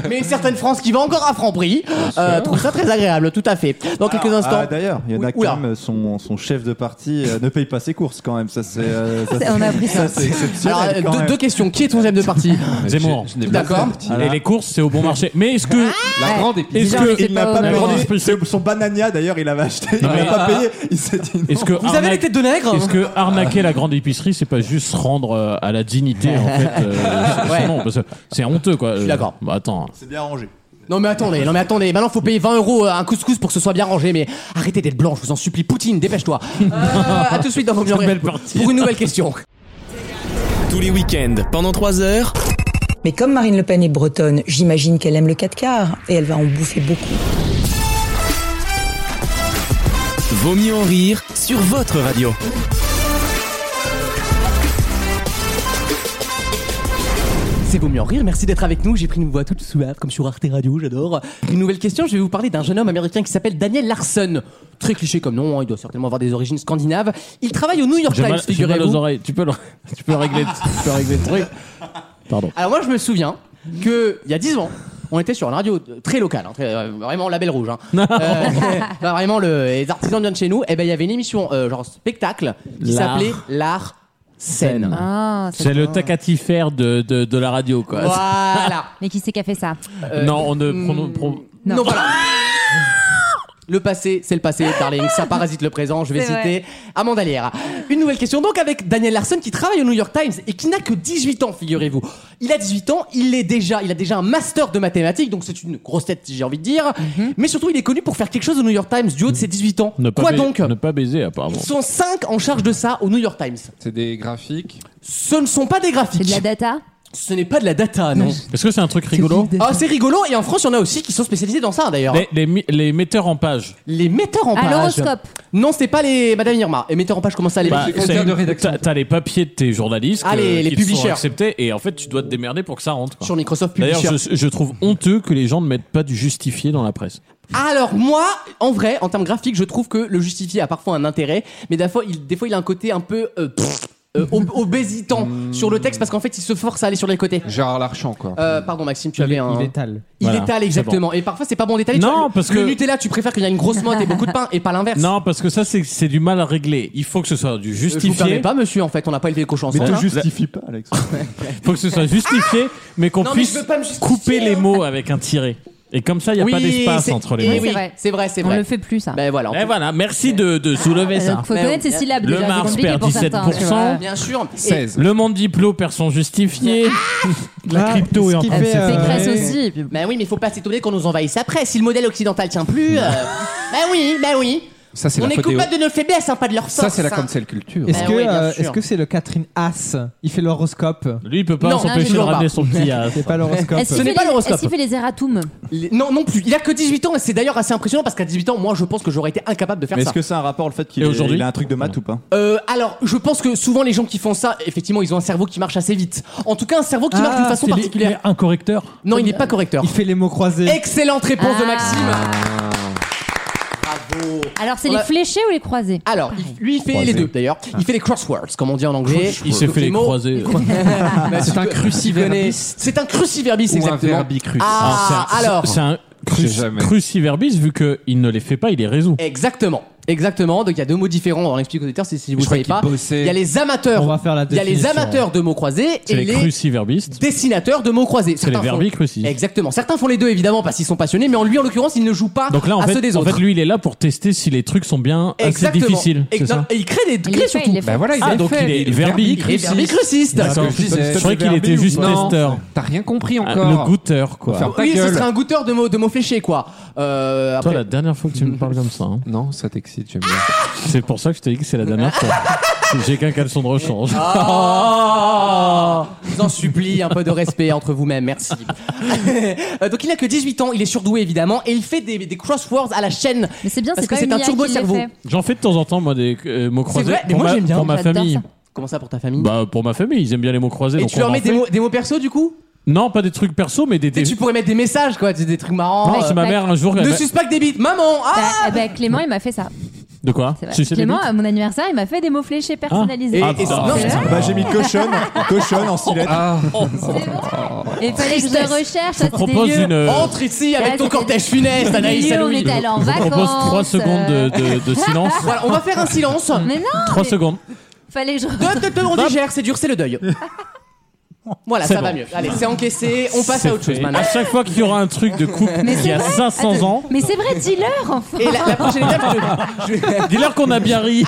mais une certaine France qui va encore à Franprix euh, trouve ça très agréable tout à fait. Dans quelques
Ah,
instants.
ah, D'ailleurs, il y en
Oui,
a
oula.
quand même, son, son chef de parti euh, ne paye pas ses courses quand même. Ça, c'est. euh, ça,
C'est- on a appris ça.
c'est exceptionnel.
Alors, euh,
quand
deux,
même. Ah,
deux questions. Qui est ton chef de parti
Zemmour.
Je n'ai pas
D'accord.
Et les courses, c'est au bon marché. Mais est-ce que.
Ah,
La grande épice.
Est-ce
Déjà,
que.
c'est
Il n'a
pas
pas
honnête.
Grande
payé.
expression.
Son banania, d'ailleurs, il avait acheté. Il
Non, mais-
n'a pas payé. Il s'est dit. non.
Est-ce que
Vous avez les têtes de nègre hein
Est-ce que arnaquer la grande épicerie, c'est pas juste se rendre euh, à la dignité en fait euh,
Ouais.
son nom, parce que c'est honteux quoi. Je
suis d'accord.
attends. hein.
C'est bien rangé.
Non mais attendez, non mais attendez, maintenant faut payer 20 euros euh, un couscous pour que ce soit bien rangé, mais arrêtez d'être blanc, je vous en supplie, Poutine, dépêche-toi. Euh, à tout de suite dans vos bien
Belle
rires
partie.
pour une nouvelle question.
Tous les week-ends, pendant 3 heures.
Mais comme Marine Le Pen est bretonne, j'imagine qu'elle aime le 4 quarts et elle va en bouffer beaucoup.
Vaut mieux en rire sur votre radio.
C'est Vaut mieux en rire, merci d'être avec nous. J'ai pris une voix toute suave, comme sur Arte Radio, j'adore. Une nouvelle question, je vais vous parler d'un jeune homme américain qui s'appelle Daniel Larson. Très cliché comme nom, hein, il doit certainement avoir des origines scandinaves. Il travaille au New York
J'ai
Times,
mal, j'ai mal aux
figurez-vous.
oreilles. Tu peux, le- tu peux régler, tu peux régler le truc. Pardon.
Alors moi, je me souviens que il y a 10 ans, on était sur une radio euh, très locale, hein, très, euh, vraiment label rouge. Hein. Euh, bah, vraiment, le, les artisans viennent de chez nous. Et ben, il y avait une émission euh, genre spectacle qui
L'art.
s'appelait l'art scène.
Ah, ça-
C'est le tacatifère de, de, de la radio quoi.
Voilà.
Mais qui c'est qui a fait ça
Euh,
non, on ne pronon- pro-
Non,
Non.
voilà. Le passé, c'est le passé, darling. Ça parasite le présent. Je vais
C'est
citer Amanda Liera. Une nouvelle question donc avec Daniel Larson qui travaille au New York Times et qui n'a que 18 ans, figurez-vous. Il a 18 ans, il est déjà, il a déjà un master de mathématiques, donc c'est une grosse tête, j'ai envie de dire.
Mhm.
Mais surtout, il est connu pour faire quelque chose au New York Times du haut de ses 18 ans.
ne pas
Quoi
baiser-
donc
Ne pas baiser apparemment.
Ils sont 5 en charge de ça au New York Times.
C'est des graphiques.
Ce ne sont pas des
C'est
graphiques.
de la data
Ce n'est pas de la data, non.
Est-ce que c'est un truc rigolo
Ah, c'est rigolo, et en France, il y en a aussi qui sont spécialisés dans ça d'ailleurs.
les, les, mi- les metteurs en page.
Les metteurs en
À
page.
l'horoscope.
Non, c'est pas les Madame Irma. Et metteurs en page, comment ça les
Bah,
conseils
c'est-
de rédaction.
T'as t'as les papiers de tes journalistes
Ah,
que-
les- les
qui te sont
publishers.
acceptés et en fait tu dois te démerder pour que ça rentre. quoi.
Sur Microsoft
D'ailleurs,
Publisher.
je, je trouve honteux que les gens ne mettent pas du justifié dans la presse.
Alors moi, en vrai, en termes graphiques, je trouve que le justifié a parfois un intérêt, mais des fois, il, des fois, il a un côté un peu euh, pff, euh, ob- obésitant
Hmm.
sur le texte parce qu'en fait, il se force à aller sur les côtés.
Gérard Larchant, quoi.
Euh, pardon Maxime, tu avais un.
il étale.
Il
Voilà,
étale
c'est
exactement.
bon.
Et parfois c'est pas bon d'étaler. tu
Non,
vois, le-
parce
le
que-
Nutella, tu préfères qu'il y ait une grosse motte et beaucoup de pain et pas l'inverse. Euh,
Non, parce que ça, c'est- c'est du mal à régler. Il faut que ce soit du
Je vous permets
justifié.
pas, monsieur. En fait, on n'a pas élevé les cochons
Mais
ensemble.
te justifie
pas, Alex.
Il faut que ce soit justifié, mais qu'on
Non, mais je
puisse
veux pas me justifier, hein.
couper les mots avec un tiré. Et comme ça, il n'y a
Oui,
pas d'espace
c'est-
entre les Eh
oui,
mots.
oui, c'est vrai, c'est
On
vrai.
le fait plus, ça.
Ben voilà.
Et voilà, merci de, de soulever ça.
faut connaître ses syllabes.
Le
Euh, déjà, c'est
Mars
compliqué
perd
pour certains, tu
17%.
vois.
Bien sûr. Et-
Le monde diplo perd son justifié.
Ah,
La crypto est en train de
euh,
Pécresse
s'effondrer.
aussi. Ben oui, mais faut pas s'étonner qu'on nous envahisse après. Si le modèle occidental tient plus. euh, ben oui, ben oui.
Ça, c'est
On
la
est
faute des-
coupables de nos faiblesses, hein, pas de leur force.
Ça, c'est la
hein.
cancel culture.
Est-ce
Ben
que
oui, bien
euh,
sûr.
est-ce que c'est le Catherine As Il fait l'horoscope.
Lui, il peut
pas Non, s'empêcher de ramener son petit As.
C'est pas l'horoscope.
Est-ce qu'il fait les- est-ce qu'il fait les erratum
Les- Non, non plus. Il a que 18 ans et c'est d'ailleurs assez impressionnant parce qu'à 18 ans, moi, je pense que j'aurais été incapable de faire
Mais
ça.
est-ce que ça a un rapport le fait qu'il
Et
est-
aujourd'hui
il a un truc de maths ou pas
Euh, alors, je pense que souvent les gens qui font ça, effectivement, ils ont un cerveau qui marche assez vite. En tout cas, un cerveau qui marche d'une façon particulière.
Un correcteur
Non, il n'est pas correcteur.
Il fait les mots croisés.
Excellente réponse de
Ah.
Maxime. Bravo.
Alors, c'est
On
les
a-
fléchés ou les croisés
Alors, il- lui, il fait les deux d'ailleurs. Il fait les crosswords, comme on dit en anglais.
Il s'est fait les croiser.
C'est un cruciverbiste. C'est un cruciverbiste,
Ou un
exactement.
verbicrucis.
Ah,
c'est un-
alors.
C'est un
Je
cru-
sais jamais.
cruciverbiste, vu qu'il ne les fait pas, il les résout.
Exactement. Exactement. Donc il y a deux mots différents. On explique aux auditeurs si, si vous ne
Je crois
savez
qu'il
pas.
bossait.
Il y a les
On
amateurs.
va faire la
Il y a les
définition.
amateurs de mots croisés
C'est
et
les
les Eh,
cruciverbistes.
dessinateurs de mots croisés.
C'est les
Certains font-
verbicrucis.
Exactement. Certains font les deux évidemment parce qu'ils sont passionnés, mais en lui en l'occurrence, il ne joue pas
Donc là, en
à ceux
fait,
des
en
autres.
fait, lui, il est là pour tester si les trucs sont bien assez
Exactement.
difficiles.
Et,
c'est
non,
ça
et il crée des
Il les
clés
fait,
surtout.
il les fait.
Bah voilà, il
Ah,
a
donc
fait,
il est
Il est Ah,
verbicruciste.
verbicruciste.
D'accord.
D'accord.
je disais.
Je croyais qu'il
Verbi
était
ou
juste
pas
testeur.
T'as rien compris
Ah,
encore.
Le goûteur, quoi.
Faire ta
Oui, ce
gueule.
serait un goûteur de mots, de mots fléchés, quoi. Euh,
Toi,
après,
la dernière fois que tu me parles comme ça, hein,
Non, ça t'excite, j'aime bien.
c'est pour ça que je t'ai dit que c'est la dernière fois. J'ai qu'un caleçon de rechange.
Ah Je vous en supplie, un peu de respect entre vous-même, merci. Euh, Donc il n'a que 18 ans, il est surdoué évidemment, et il fait des, des crosswords à la chaîne.
Mais c'est bien,
Parce
c'est
que
pas
c'est
une
un
IA
turbo
qui les
cerveau.
fait.
J'en fais de temps en temps, moi, des euh, mots croisés.
vrai, mais
pour
moi,
ma-
j'aime bien.
Pour ma
J'adore
famille.
ça.
Comment ça pour ta famille
Bah, pour ma famille, ils aiment bien les mots croisés.
Et
donc
tu
on
leur
en
mets des
fait.
mots, des mots perso du coup
Non, pas des trucs perso, mais des.
Tu
des...
sais, Tu pourrais mettre des messages quoi, des, des trucs marrants.
Non,
euh,
c'est ma mère un jour. elle
Ne
m'a-
suce pas que des bites, maman ah
Bah, eh ben, Clément, il m'a fait ça.
De quoi
C'est vrai.
Sucer des
Clément,
bites
à mon anniversaire, il m'a fait des mots fléchés personnalisés.
Et-
Ah,
et-
putain.
non,
putain.
Bah j'ai mis cochonne, cochonne en silette.
C'est vrai. Et il fallait que je le recherche. ça,
Je
c'était
propose
lieu.
une. euh,
Entre ici avec
Ouais,
ton
c'était-
cortège funeste,
c'était
Anaïs
lieu,
et
on
Louis.
était allés en
je
vacances.
propose 3 secondes de,
euh,
de- de silence.
Voilà, on va faire un silence.
Mais non,
3
mais-
secondes.
fallait que je.
Deux, deux, deux, on digère, c'est dur, c'est le deuil. Voilà,
C'est
ça va
bon.
mieux. Allez, c'est encaissé, on passe
C'est
à autre chose
fait.
maintenant.
À chaque fois qu'il y aura un truc de couple qui a 500 ans,
Mais c'est vrai, dis-leur enfin.
Et la, la prochaine étape, je- je-
dis-leur qu'on a bien ri.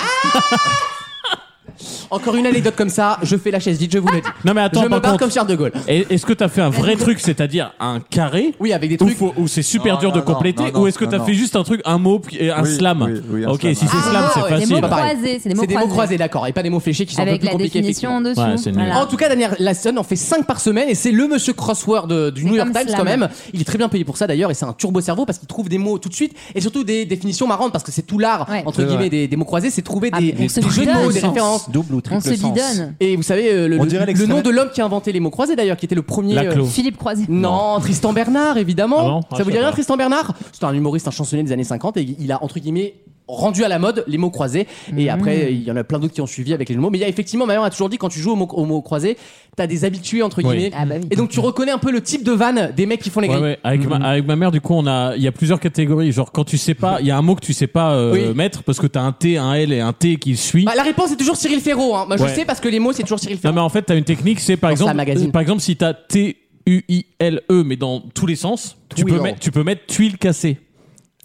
encore une anecdote comme ça, je fais la chaise vide, je vous le dis.
Non, mais
je
attends,
me
par
barre
contre,
comme Charles de Gaulle.
est- est-ce que t'as fait un vrai truc, c'est-à-dire un carré
Oui, avec des
où,
trucs.
faut- où c'est super
Non,
dur de
non, non,
compléter
non, non,
ou est-ce que
non,
t'as
non.
fait juste un truc un mot puis- et un
Oui,
slam
oui, oui, un
ok
slam.
si c'est
Ah,
slam c'est
ouais,
Les
facile
mots
Bah, pareil.
croisés, c'est des mots
C'est des mots
croisés.
croisés, d'accord, et pas des mots fléchés qui sont un peu
Avec
plus
la
compliqués.
définition en
effectivement.
dessous.
Ouais, c'est nul.
Voilà.
En tout cas, Daniel Lasson en fait 5 par semaine et c'est le monsieur crossword euh, du New York
comme
Times
slam.
quand même. Il est très bien payé pour ça d'ailleurs et c'est un turbo cerveau parce qu'il trouve des mots tout de suite et surtout des définitions marrantes parce que c'est tout l'art
Ouais.
entre
C'est
guillemets
vrai.
des, des mots croisés, c'est trouver
Ah,
des,
on se
des jeux de
bidonne.
mots, des références.
Double ou triple
On se
sens.
bidonne.
Et vous savez, euh, le,
On
le-
dirait
le
l'extrait.
nom de l'homme qui a inventé les mots croisés d'ailleurs, qui était le premier. euh,
Laclos.
Philippe Croisé.
Non, Tristan Bernard, évidemment.
Ah bon
ça vous
Ah, je
dit
sais
rien,
pas.
Tristan Bernard C'est un humoriste, un chansonnier des années 50 et il a, entre guillemets, rendu à la mode les mots croisés.
Mm.
Et après, il y en a plein d'autres qui ont suivi avec les mots. Mais il y a effectivement, Marion a toujours dit, quand tu joues aux mots, aux mots croisés, t'as des habitués, entre
Oui.
guillemets.
Ah bah oui.
Et donc, tu reconnais un peu le type de vanne des mecs qui font les
Ouais,
grilles.
ouais, avec, ma,
Mm-hmm.
avec ma mère, du coup, on a, il y a plusieurs catégories. Genre, quand tu sais pas, il y a un mot que tu sais pas euh,
Oui.
mettre parce que t'as un T, un L et un T qui suit.
Bah, la réponse est toujours Cyril Ferraud. Hein. Bah, je
Ouais.
sais parce que les mots, c'est toujours Cyril
non,
Ferraud.
mais en fait, t'as une technique, c'est par
Dans sa
exemple,
magazine.
par exemple, si t'as T, U, I, L, E, mais dans tous les sens, tu
Twilon.
peux, mettre, tu peux mettre tuile cassée.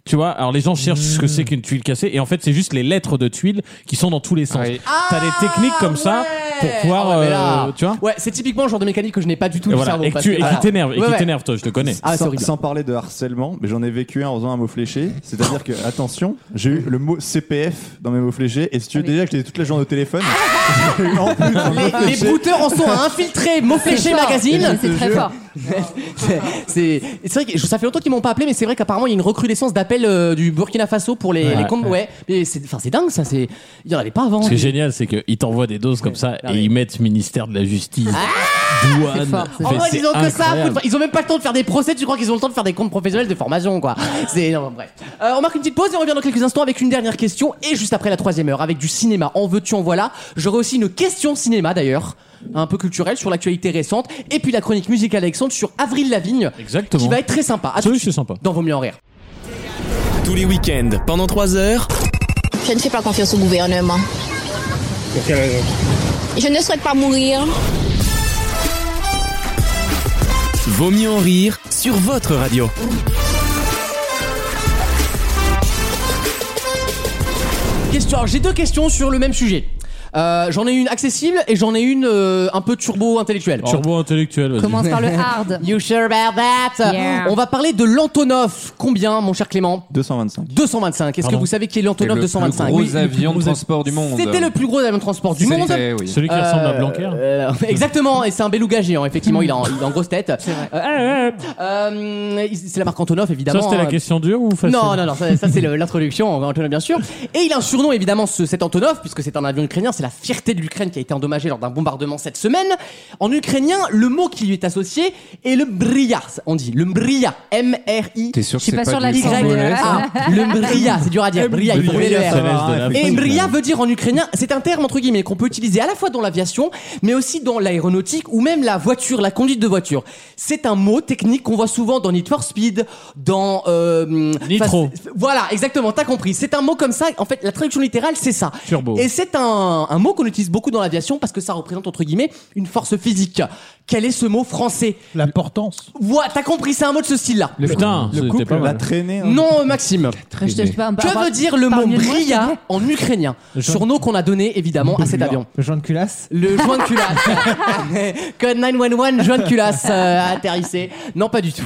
Tu vois, alors les gens cherchent ce que
Mm.
c'est qu'une tuile cassée, et en fait, c'est juste les lettres de tuiles qui sont dans tous les sens.
Oui.
T'as des techniques comme ça pour pouvoir,
Ah ouais, mais
euh,
là-
tu vois.
Ouais, c'est typiquement le genre de mécanique que je n'ai pas du tout
Et
du
voilà.
cerveau.
Et que
parce
tu-
que-
et qui
voilà.
t'énerve, et
Ouais,
qui
ouais.
t'énerve, toi, je te connais.
Ah, c'est
sans,
horrible.
sans parler de harcèlement, mais j'en ai vécu un en faisant un mot fléché. C'est-à-dire que, attention, j'ai eu le mot CPF dans mes mots fléchés. Et si tu veux
Ah oui.
déjà que j'étais toute la journée au téléphone,
Ah,
j'ai eu en plus un mot
Les, les
fléché.
brouteurs en sont à infiltrer Mot Fléché
fort.
Magazine.
Mais C'est très
Je-
fort.
C'est- c'est c'est vrai que je- ça fait longtemps qu'ils m'ont pas appelé mais c'est vrai qu'apparemment il y a une recrudescescence d'appels euh, du Burkina Faso pour les,
Ouais.
les comptes ouais mais c'est enfin c'est dingue ça c'est il y en avait pas avant
Ce qui est génial, c'est qu'ils t'envoient des doses comme ça
Ah
et
oui. Ah,
ils mettent ministère de la Justice. douane.
En
Mais
vrai,
c'est
ils ont Oh, que ça. à
incroyable.
foutre. Ils ont même pas le temps de faire des procès. Tu crois qu'ils ont le temps de faire des comptes professionnels de formation, quoi. C'est non, bref. Euh, on marque une petite pause et on revient dans quelques instants avec une dernière question et juste après la troisième heure avec du cinéma. En veux-tu, en voilà. J'aurai aussi une question cinéma d'ailleurs, un peu culturelle sur l'actualité récente et puis la chronique musicale Alexandre sur Avril Lavigne.
Exactement.
Qui va être très sympa. À tout de
c'est sympa.
Dans Vaut mieux en rire.
Tous les week-ends, pendant 3 heures.
Je ne fais pas confiance au gouvernement.
Pour quelle raison
Je ne souhaite pas mourir.
Vaut mieux en rire sur votre radio.
Question. alors, J'ai deux questions sur le même sujet. Euh, j'en ai une accessible et j'en ai une euh, un peu turbo intellectuelle.
Turbo intellectuel. vas-y.
Commence par le hard. You sure about that?
Yeah.
On va parler de l'Antonov. Combien, mon cher Clément?
225.
225. Est-ce que
Pardon
vous savez qui est l'Antonov
C'est le plus
225?
gros
Oui, le
avion
plus gros
de transport du monde.
C'était le plus gros avion de transport du
C'était,
monde.
oui. Celui qui ressemble à Blanquer.
euh, exactement. Et c'est un beluga géant. Effectivement, il a en, il est en grosse tête. Euh, euh, c'est la marque Antonov, évidemment.
Ça, c'était la
hein.
question dure ou facile
Non, non, non, ça, ça, c'est le- l'introduction, on va Antonov bien sûr. Et il a un surnom évidemment, ce, cet Antonov, puisque c'est un avion ukrainien, c'est la fierté de l'Ukraine qui a été endommagée lors d'un bombardement cette semaine. En ukrainien, le mot qui lui est associé est le bria, on dit, le bria, M-R-I.
T'es sûr que Je suis c'est pas pas sûre de
Y
l'accent. Ouais, ça.
A. Le bria, c'est dur à dire, bria, il faut rouler le
Ça laisse de la
R. Et
fouille.
bria veut dire en ukrainien, c'est un terme entre guillemets qu'on peut utiliser à la fois dans l'aviation, mais aussi dans l'aéronautique ou même la voiture, la conduite de voiture. C'est un mot technique qu'on voit souvent dans Need for Speed, dans euh,
Nitro.
Fast- Voilà, exactement, t'as compris. C'est un mot comme ça. En fait, la traduction littérale, c'est ça.
Turbo.
Et c'est un, un mot qu'on utilise beaucoup dans l'aviation parce que ça représente, entre guillemets, une force physique. Quel est ce mot français
L'importance.
Voilà, t'as compris, c'est un mot de ce style-là.
Putain,
Le
c'était
couple,
pas mal.
la
hein.
Non, Maxime.
Je te- je sais pas, on peut
Que
avoir-
veut dire le mot
Bah, parmi moi,
bria en ukrainien Surnom qu'on a donné évidemment à cet avion.
Le joint de culasse
Le joint de culasse. Code 911, joint de culasse euh, atterrissé. Non, pas du tout.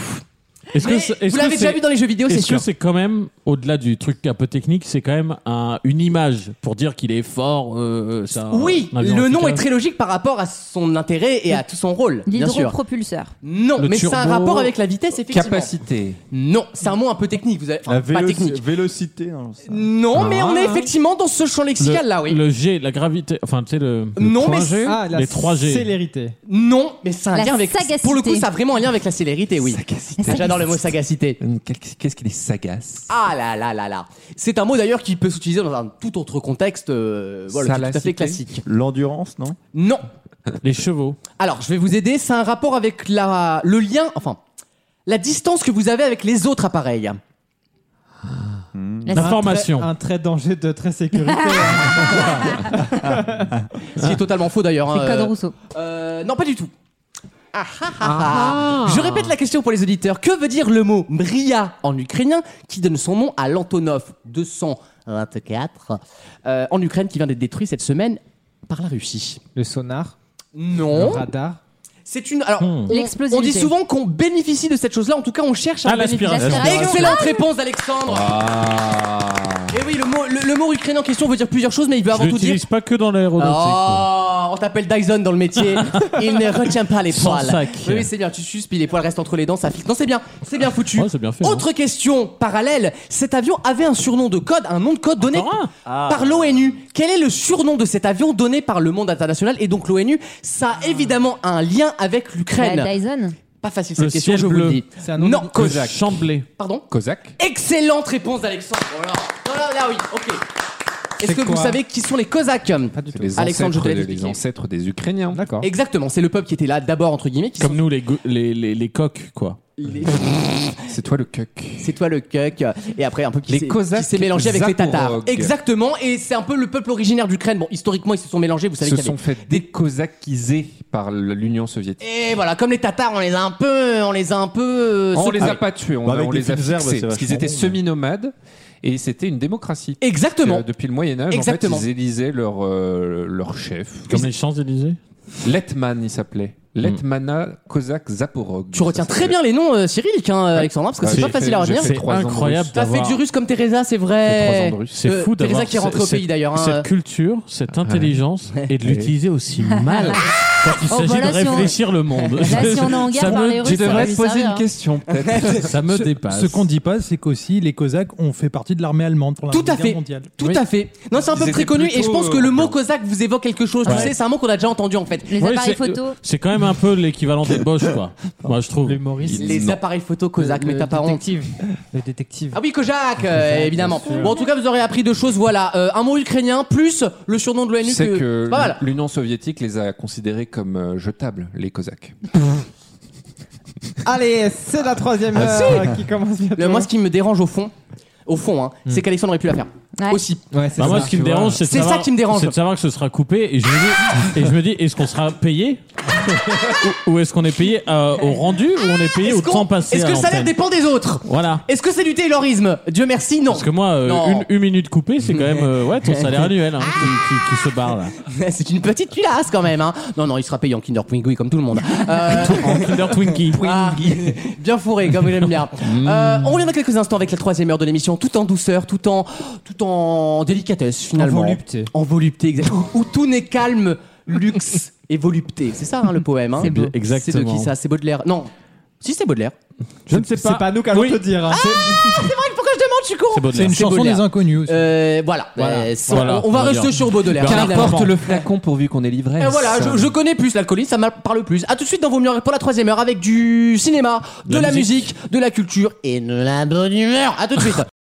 Est-ce
Mais
c'est-
vous l'avez
c'est-
déjà vu dans les jeux vidéo, c'est
Est-ce que
sûr.
c'est quand même, au-delà du truc un peu technique, c'est quand même un- une image pour dire qu'il est fort euh, c'est un-
Oui,
un avion
le nom
efficace.
est très logique par rapport à son intérêt et à tout son rôle, bien sûr.
L'hydropropulseur.
Non,
Le
mais c'est un
turbo-
rapport avec la vitesse, effectivement.
Capacité.
Non, c'est un mot un peu technique. Vous avez... enfin,
La
pas
vélo-
technique.
vélocité. hein, ça.
Non, mais on est
Ah.
effectivement dans ce champ lexical
Le-
là, oui.
Le G, la gravité, enfin tu sais le.
Non, mais
c'est
c'est- Ah, la
les 3 G.
Célérité.
Non, mais c'est un
La
lien avec.
sagacité.
Pour le coup, ça a vraiment un lien avec la célérité, oui. J'adore le mot sagacité.
Qu'est-ce qu'il est sagace
Ah là là là là. C'est un mot d'ailleurs qui peut s'utiliser dans un tout autre contexte, euh, voilà, qui est tout à fait
Salacité.
classique.
L'endurance, non
Non.
Les chevaux.
Alors, je vais vous aider. C'est un rapport avec la, le lien, enfin, la distance que vous avez avec les autres appareils. Mm.
L'information. Ah,
Un trait danger de très sécuritaire.
Ce qui est totalement faux d'ailleurs.
C'est
hein,
Code
euh,
Rousseau.
euh, non, pas du tout. Ah, ah, ah,
Ah.
ah. Je répète la question pour les auditeurs. Que veut dire le mot Bria en ukrainien qui donne son nom à l'Antonov 224 euh, en Ukraine qui vient d'être détruit cette semaine par la Russie
Le sonar, le
Non.
radar.
C'est une.
Hmm.
Alors, on- on,
L'explosivité.
dit souvent qu'on bénéficie de cette chose-là. En tout cas, on cherche à
Ah,
en bénéficier.
l'aspiration. L'aspiration.
Excellente réponse d'Alexandre. Et oui, le mot, le, le mot ukrainien en question veut dire plusieurs choses, mais il veut
Je
avant tout dire
l'utilise pas que dans l'aéronautique. quoi.
Oh, on t'appelle Dyson dans le métier. Il ne retient pas les
Sans
poils.
sac.
Oui, oui, c'est bien. Tu suces, puis les poils restent entre les dents, ça fixe. Non, c'est bien. C'est bien foutu.
Ouais, c'est bien fait. hein.
Autre question parallèle. Cet avion avait un surnom de code, un nom de code donné
Encore un
Ah.
par l'ONU. Quel est le surnom de cet avion donné par le monde international et donc l'ONU Ça
Ah.
a évidemment un lien avec l'Ukraine.
La Bah, Dyson.
Pas facile
Le
cette question,
ciel
je vous
bleu.
le dis.
C'est un nom
Non,
de-
Le
Kozak.
Chamblé.
Pardon
Cosaque
Excellente réponse d'Alexandre. Oh là là. là, là, oui, ok. Est-ce
C'est
que vous
quoi
savez qui sont les Cosaques
C'est les
Alexandre, je
ancêtres, de-
te laisse
les
expliquer.
ancêtres des Ukrainiens.
D'accord.
Exactement, c'est le peuple qui était là d'abord entre guillemets qui
Comme nous les, go- les, les, les coqs quoi.
Les-
C'est toi le cuck.
C'est toi le cuck et après un peu qui
Les
s'est-
Cosaques
qui s'est mélangé avec les Tatars.
Zaporogues.
Exactement et c'est un peu le peuple originaire d'Ukraine. Bon, historiquement ils se sont mélangés, vous savez
Se
qu'il y
sont
avait
fait décosaquisés par l'Union soviétique.
et voilà, comme les Tatars, on les a un peu, on les a un peu. euh,
On les a
sauvés.
pas tués, on,
Bah, avec
on
des
les a
fines herbes,
fixés.
c'est
Parce qu'ils
vachement
étaient
bon.
semi-nomades et c'était une démocratie.
Exactement.
Euh, depuis le Moyen-Âge, en fait,
Exactement.
ils élisaient leur, euh, leur chef.
Comme les Champs-Élysées.
Letman, il s'appelait. Letmana Kozak Zaporog.
Mm. Tu retiens très bien les noms euh, cyrilliques, hein, Alexandra, parce que
Ouais,
c'est
j'ai
pas facile à
fait- j'ai
retenir.
fait
C'est
trois ans de
incroyable
T'as fait
d'avoir-
du russe comme Teresa, c'est
J'ai trois
vrai.
ans de russe.
C'est
Euh,
fou d'avoir
Teresa qui rentre au
ce-
pays
cette-
d'ailleurs. hein.
Cette culture, cette intelligence et de l'utiliser aussi mal. Quand il
Oh,
s'agit
bah là,
de
si on-
réfléchir le monde.
Là, si on est en guerre,
ça
par
me-
les Russes, Tu devrais ça va te lui poser servir, une hein. question,
peut-être. Ça me
Ce-
dépasse.
Ce qu'on dit pas, c'est qu'aussi les Cosaques ont fait partie de l'armée allemande pendant
Tout
la
à
Guerre
fait.
mondiale.
Tout à fait. Non, c'est un
Ils
peu
étaient
très connu et je
plutôt,
pense que
euh,
le mot cosaque vous évoque quelque chose.
Ouais.
Tu sais, c'est un mot qu'on a déjà entendu en fait.
Ouais, c'est-
euh,
euh, C'est quand même un peu l'équivalent des Bosch, quoi. Moi, je trouve.
L'humoriste. Les appareils photo cosaques, mais t'as pas honte.
Le détective.
Ah oui, Kojak, euh, évidemment. Bon, en tout cas, vous aurez appris deux choses. Voilà, Euh, un mot ukrainien plus le surnom de l'ONU.
Tu sais
que-
que
c'est pas mal.
l'Union soviétique les a considérés comme euh, jetables, les Cosaques.
Allez, c'est la troisième
Ah,
heure
si.
qui commence bientôt.
Le- moi, ce qui me dérange au fond, au fond, hein, c'est qu'Alexandre aurait pu la faire. Aussi.
Ouais, c'est
Bah, moi,
ça,
ce qui
tu
me
vois.
dérange, c'est de
C'est ça
savoir-
qui me dérange.
C'est de savoir que ce sera coupé et je me dis, et je me dis est-ce qu'on sera payé ou, ou est-ce qu'on est payé euh, au rendu ou on est payé
Est-ce
au
qu'on-
temps passé
Est-ce
à
que le salaire
l'antenne
dépend des autres
Voilà.
Est-ce que c'est du taylorisme Dieu merci, non.
Parce que moi, euh,
Non.
une, une minute coupée, c'est quand même euh, ouais, ton salaire annuel hein, qui, qui- qui se barre là.
c'est une petite culasse quand même. Hein. Non, non, il sera payé en Kinder Pinguin comme tout le monde. Euh,
Kinder Twinkie.
Ah, bien fourré, comme il aime bien.
Mm.
Euh, on revient dans quelques instants avec la troisième heure de l'émission, tout en douceur, tout en, tout en délicatesse finalement.
En volupté.
En volupté, exactement. Où tout n'est calme, luxe et volupté. C'est ça hein, le poème. Hein
C'est beau.
C'est de
Exactement.
qui ça C'est Baudelaire Non. Si c'est Baudelaire. Ah,
Je ne sais pas.
C'est pas nous qu'allons
Oui.
te dire. hein. C'est-
Pourquoi je demande Je suis con.
C'est Baudelaire.
C'est une chanson
Baudelaire.
des inconnus. aussi.
Euh, voilà.
Voilà.
Euh, c'est-
Voilà.
On va
On va
rester
dire.
sur Baudelaire. évidemment.
Qu'importe le flacon pourvu qu'on ait l'ivresse.
Et voilà, je, je connais plus l'alcoolisme, ça me parle plus. À tout de suite dans Vos Mieux en Rire pour la troisième heure avec du cinéma, de la,
La
musique. de la culture et de la bonne humeur. À tout de suite.